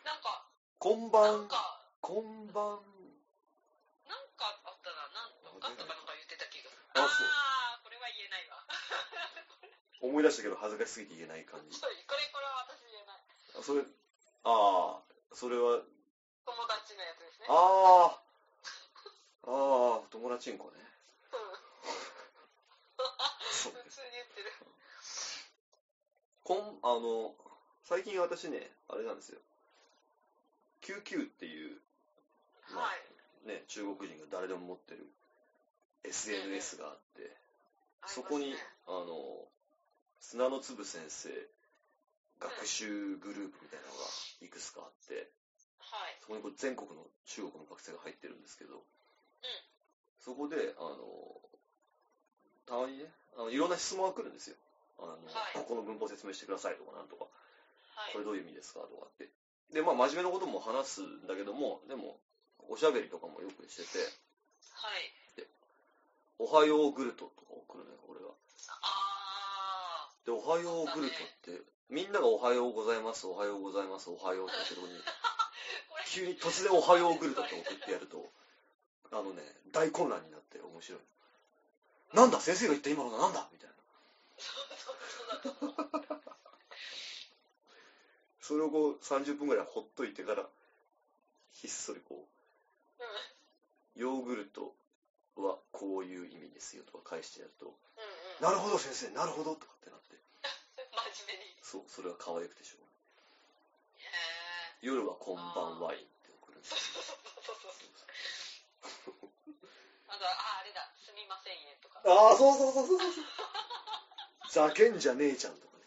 [SPEAKER 2] なんか、
[SPEAKER 1] こん
[SPEAKER 2] な
[SPEAKER 1] ば
[SPEAKER 2] ん
[SPEAKER 1] ん、
[SPEAKER 2] か、
[SPEAKER 1] こんばん、
[SPEAKER 2] なんかあったら、なんとかとかなんか言ってた気がする。
[SPEAKER 1] あそう
[SPEAKER 2] あー、これは言えないわ。
[SPEAKER 1] 思い出したけど恥ずかしすぎて言えない感じ。
[SPEAKER 2] そうこれ、これは私
[SPEAKER 1] あそれ、
[SPEAKER 2] 言えない。
[SPEAKER 1] ああ、それは、
[SPEAKER 2] 友達のやつですね。
[SPEAKER 1] ああ、ああ、友達んこね。
[SPEAKER 2] うん
[SPEAKER 1] そう
[SPEAKER 2] 普通に言ってる。
[SPEAKER 1] こん、あの、最近私ね、あれなんですよ。救急っていう、まあ
[SPEAKER 2] はい。
[SPEAKER 1] ね、中国人が誰でも持ってる SNS があって、
[SPEAKER 2] ありますね
[SPEAKER 1] そこに、あの、砂の粒先生学習グループみたいなのがいくつかあって、
[SPEAKER 2] はい。
[SPEAKER 1] そこにこう全国の中国の学生が入ってるんですけど、そこで、あの、たまにね、あのいろんな質問が来るんですよ。あの、
[SPEAKER 2] はい
[SPEAKER 1] ここの文法説明してくださいとかなんとか、
[SPEAKER 2] はい。
[SPEAKER 1] これどういう意味ですかとかって。で、まあ真面目なことも話すんだけども、でも、おしゃべりとかもよくしてて、
[SPEAKER 2] はい。
[SPEAKER 1] おはようグルトとか送るのよ、俺は。
[SPEAKER 2] あ
[SPEAKER 1] で、おはようグルトって、みんながおはようございます、おはようございます、おはようって言ってるのに、
[SPEAKER 2] ー。これ
[SPEAKER 1] 急に突然おはようグルトって送ってやると、あのね、大混乱になって面白い。なんだ先生が言った今のがなんだみたいな。それをこう30分ぐらいほっといてから、ひっそりこ
[SPEAKER 2] うん。うん
[SPEAKER 1] う、ヨーグルトはこういう意味ですよとか返してやると、
[SPEAKER 2] うん。
[SPEAKER 1] なるほど先生、なるほどとかってなって、
[SPEAKER 2] 真面目に。
[SPEAKER 1] そう、それは可愛くてしょうがない。
[SPEAKER 2] へえ。
[SPEAKER 1] 夜はこんばんワインって送るんですよ。
[SPEAKER 2] そうそうそう。あと、あ、あれだ、すみませんえとか。
[SPEAKER 1] ああ、そうそうそうそうそう。ざけんじゃねえじゃんとかね。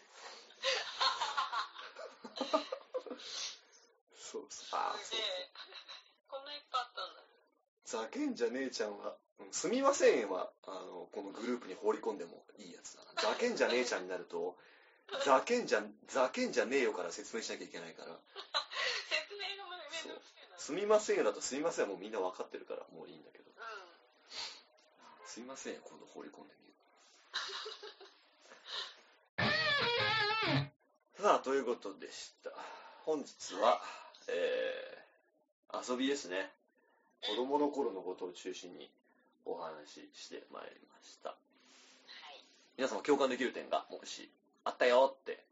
[SPEAKER 1] そうそう。ああ、
[SPEAKER 2] すげえ。 [LAUGHS] こんないっぱいあったんだ。
[SPEAKER 1] そう。ざけんじゃねえちゃんは、うんすみませんは、あの、このグループに放り込んでもいいやつだな。ざけんじゃねえちゃんになると、ざけんじゃ、ざけんじゃねえよから説明しなきゃいけないから、
[SPEAKER 2] 説明がめんどくせえな。
[SPEAKER 1] すみませんよだとすみませんはもうみんなわかってるから、もういいんだけど、
[SPEAKER 2] うん。
[SPEAKER 1] すみませんよ、今度放り込んでみる。さあ、ということでした。本日は、えー、遊びですね。子供の頃のことを中心にお話ししてまいりました。
[SPEAKER 2] [LAUGHS] はい。
[SPEAKER 1] 皆様共感できる点が、もしあったよって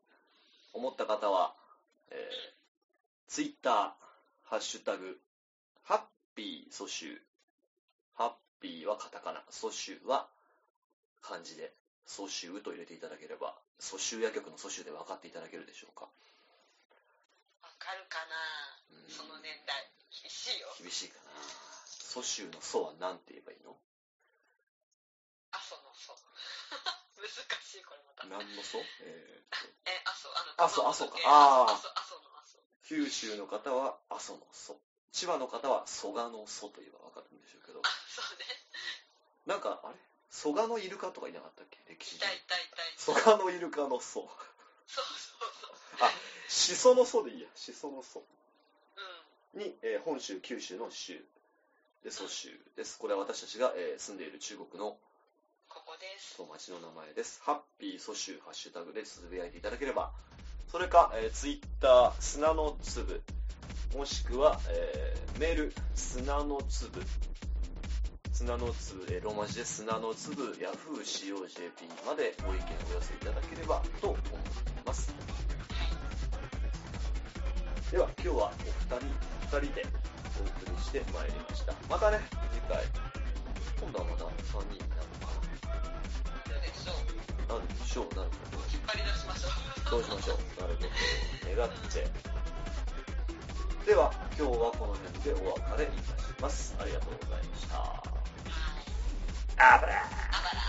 [SPEAKER 1] 思った方は、えー、Twitter、ハッシュタグ、ハッピー蘇州。ハッピーはカタカナ、蘇州は漢字で、蘇州と入れていただければ、蘇州夜曲の蘇州で分かっていただけるでしょうか。
[SPEAKER 2] わかるかな
[SPEAKER 1] うん
[SPEAKER 2] その年代。厳しいよ。
[SPEAKER 1] 厳しいかな。蘇州の蘇は何て言えばいいの
[SPEAKER 2] 阿蘇の蘇。 [LAUGHS] 難しい、これまた。
[SPEAKER 1] 何の蘇、えーと
[SPEAKER 2] え、阿蘇、あの、
[SPEAKER 1] 阿蘇阿蘇かあー
[SPEAKER 2] あ阿蘇、阿蘇の阿蘇。 [LAUGHS]
[SPEAKER 1] 九州の方は阿蘇の蘇。千葉の方は蘇我の蘇と言えば分かるんでしょうけど
[SPEAKER 2] あ、、そうね。
[SPEAKER 1] なんか、あれ蘇我のイルカとかいなかったっけ歴史
[SPEAKER 2] い
[SPEAKER 1] 上
[SPEAKER 2] た。いたいたいた。
[SPEAKER 1] 蘇我のイルカの蘇。
[SPEAKER 2] そうそうそう。
[SPEAKER 1] しその蘇でいいや。しその蘇。
[SPEAKER 2] うん。
[SPEAKER 1] に、えー本州、九州の州で、蘇州です。これは私たちが、えー住んでいる中国の
[SPEAKER 2] ここです。
[SPEAKER 1] そう町の名前です。ハッピー蘇州ハッシュタグでつぶやいていただければ、それか、えー、ツイッター、砂の粒、もしくは、えーメール、砂の粒、砂の粒、えーローマ字で砂の粒、ヤフー COJP までご意見をお寄せいただければと思います。では、今日はお二人、二人でお送りしてまいりました。またね、次回、今度はまた三人になるのかな。
[SPEAKER 2] どうでしょう。
[SPEAKER 1] なるでしょう、なるほ
[SPEAKER 2] 引っ張り出しましょう。
[SPEAKER 1] ど。どうしましょ [LAUGHS] う。なるほど。願って。では、今日はこの辺でお別れいたします。ありがとうございました。
[SPEAKER 2] [LAUGHS] はい。
[SPEAKER 1] あばらー
[SPEAKER 2] あばら。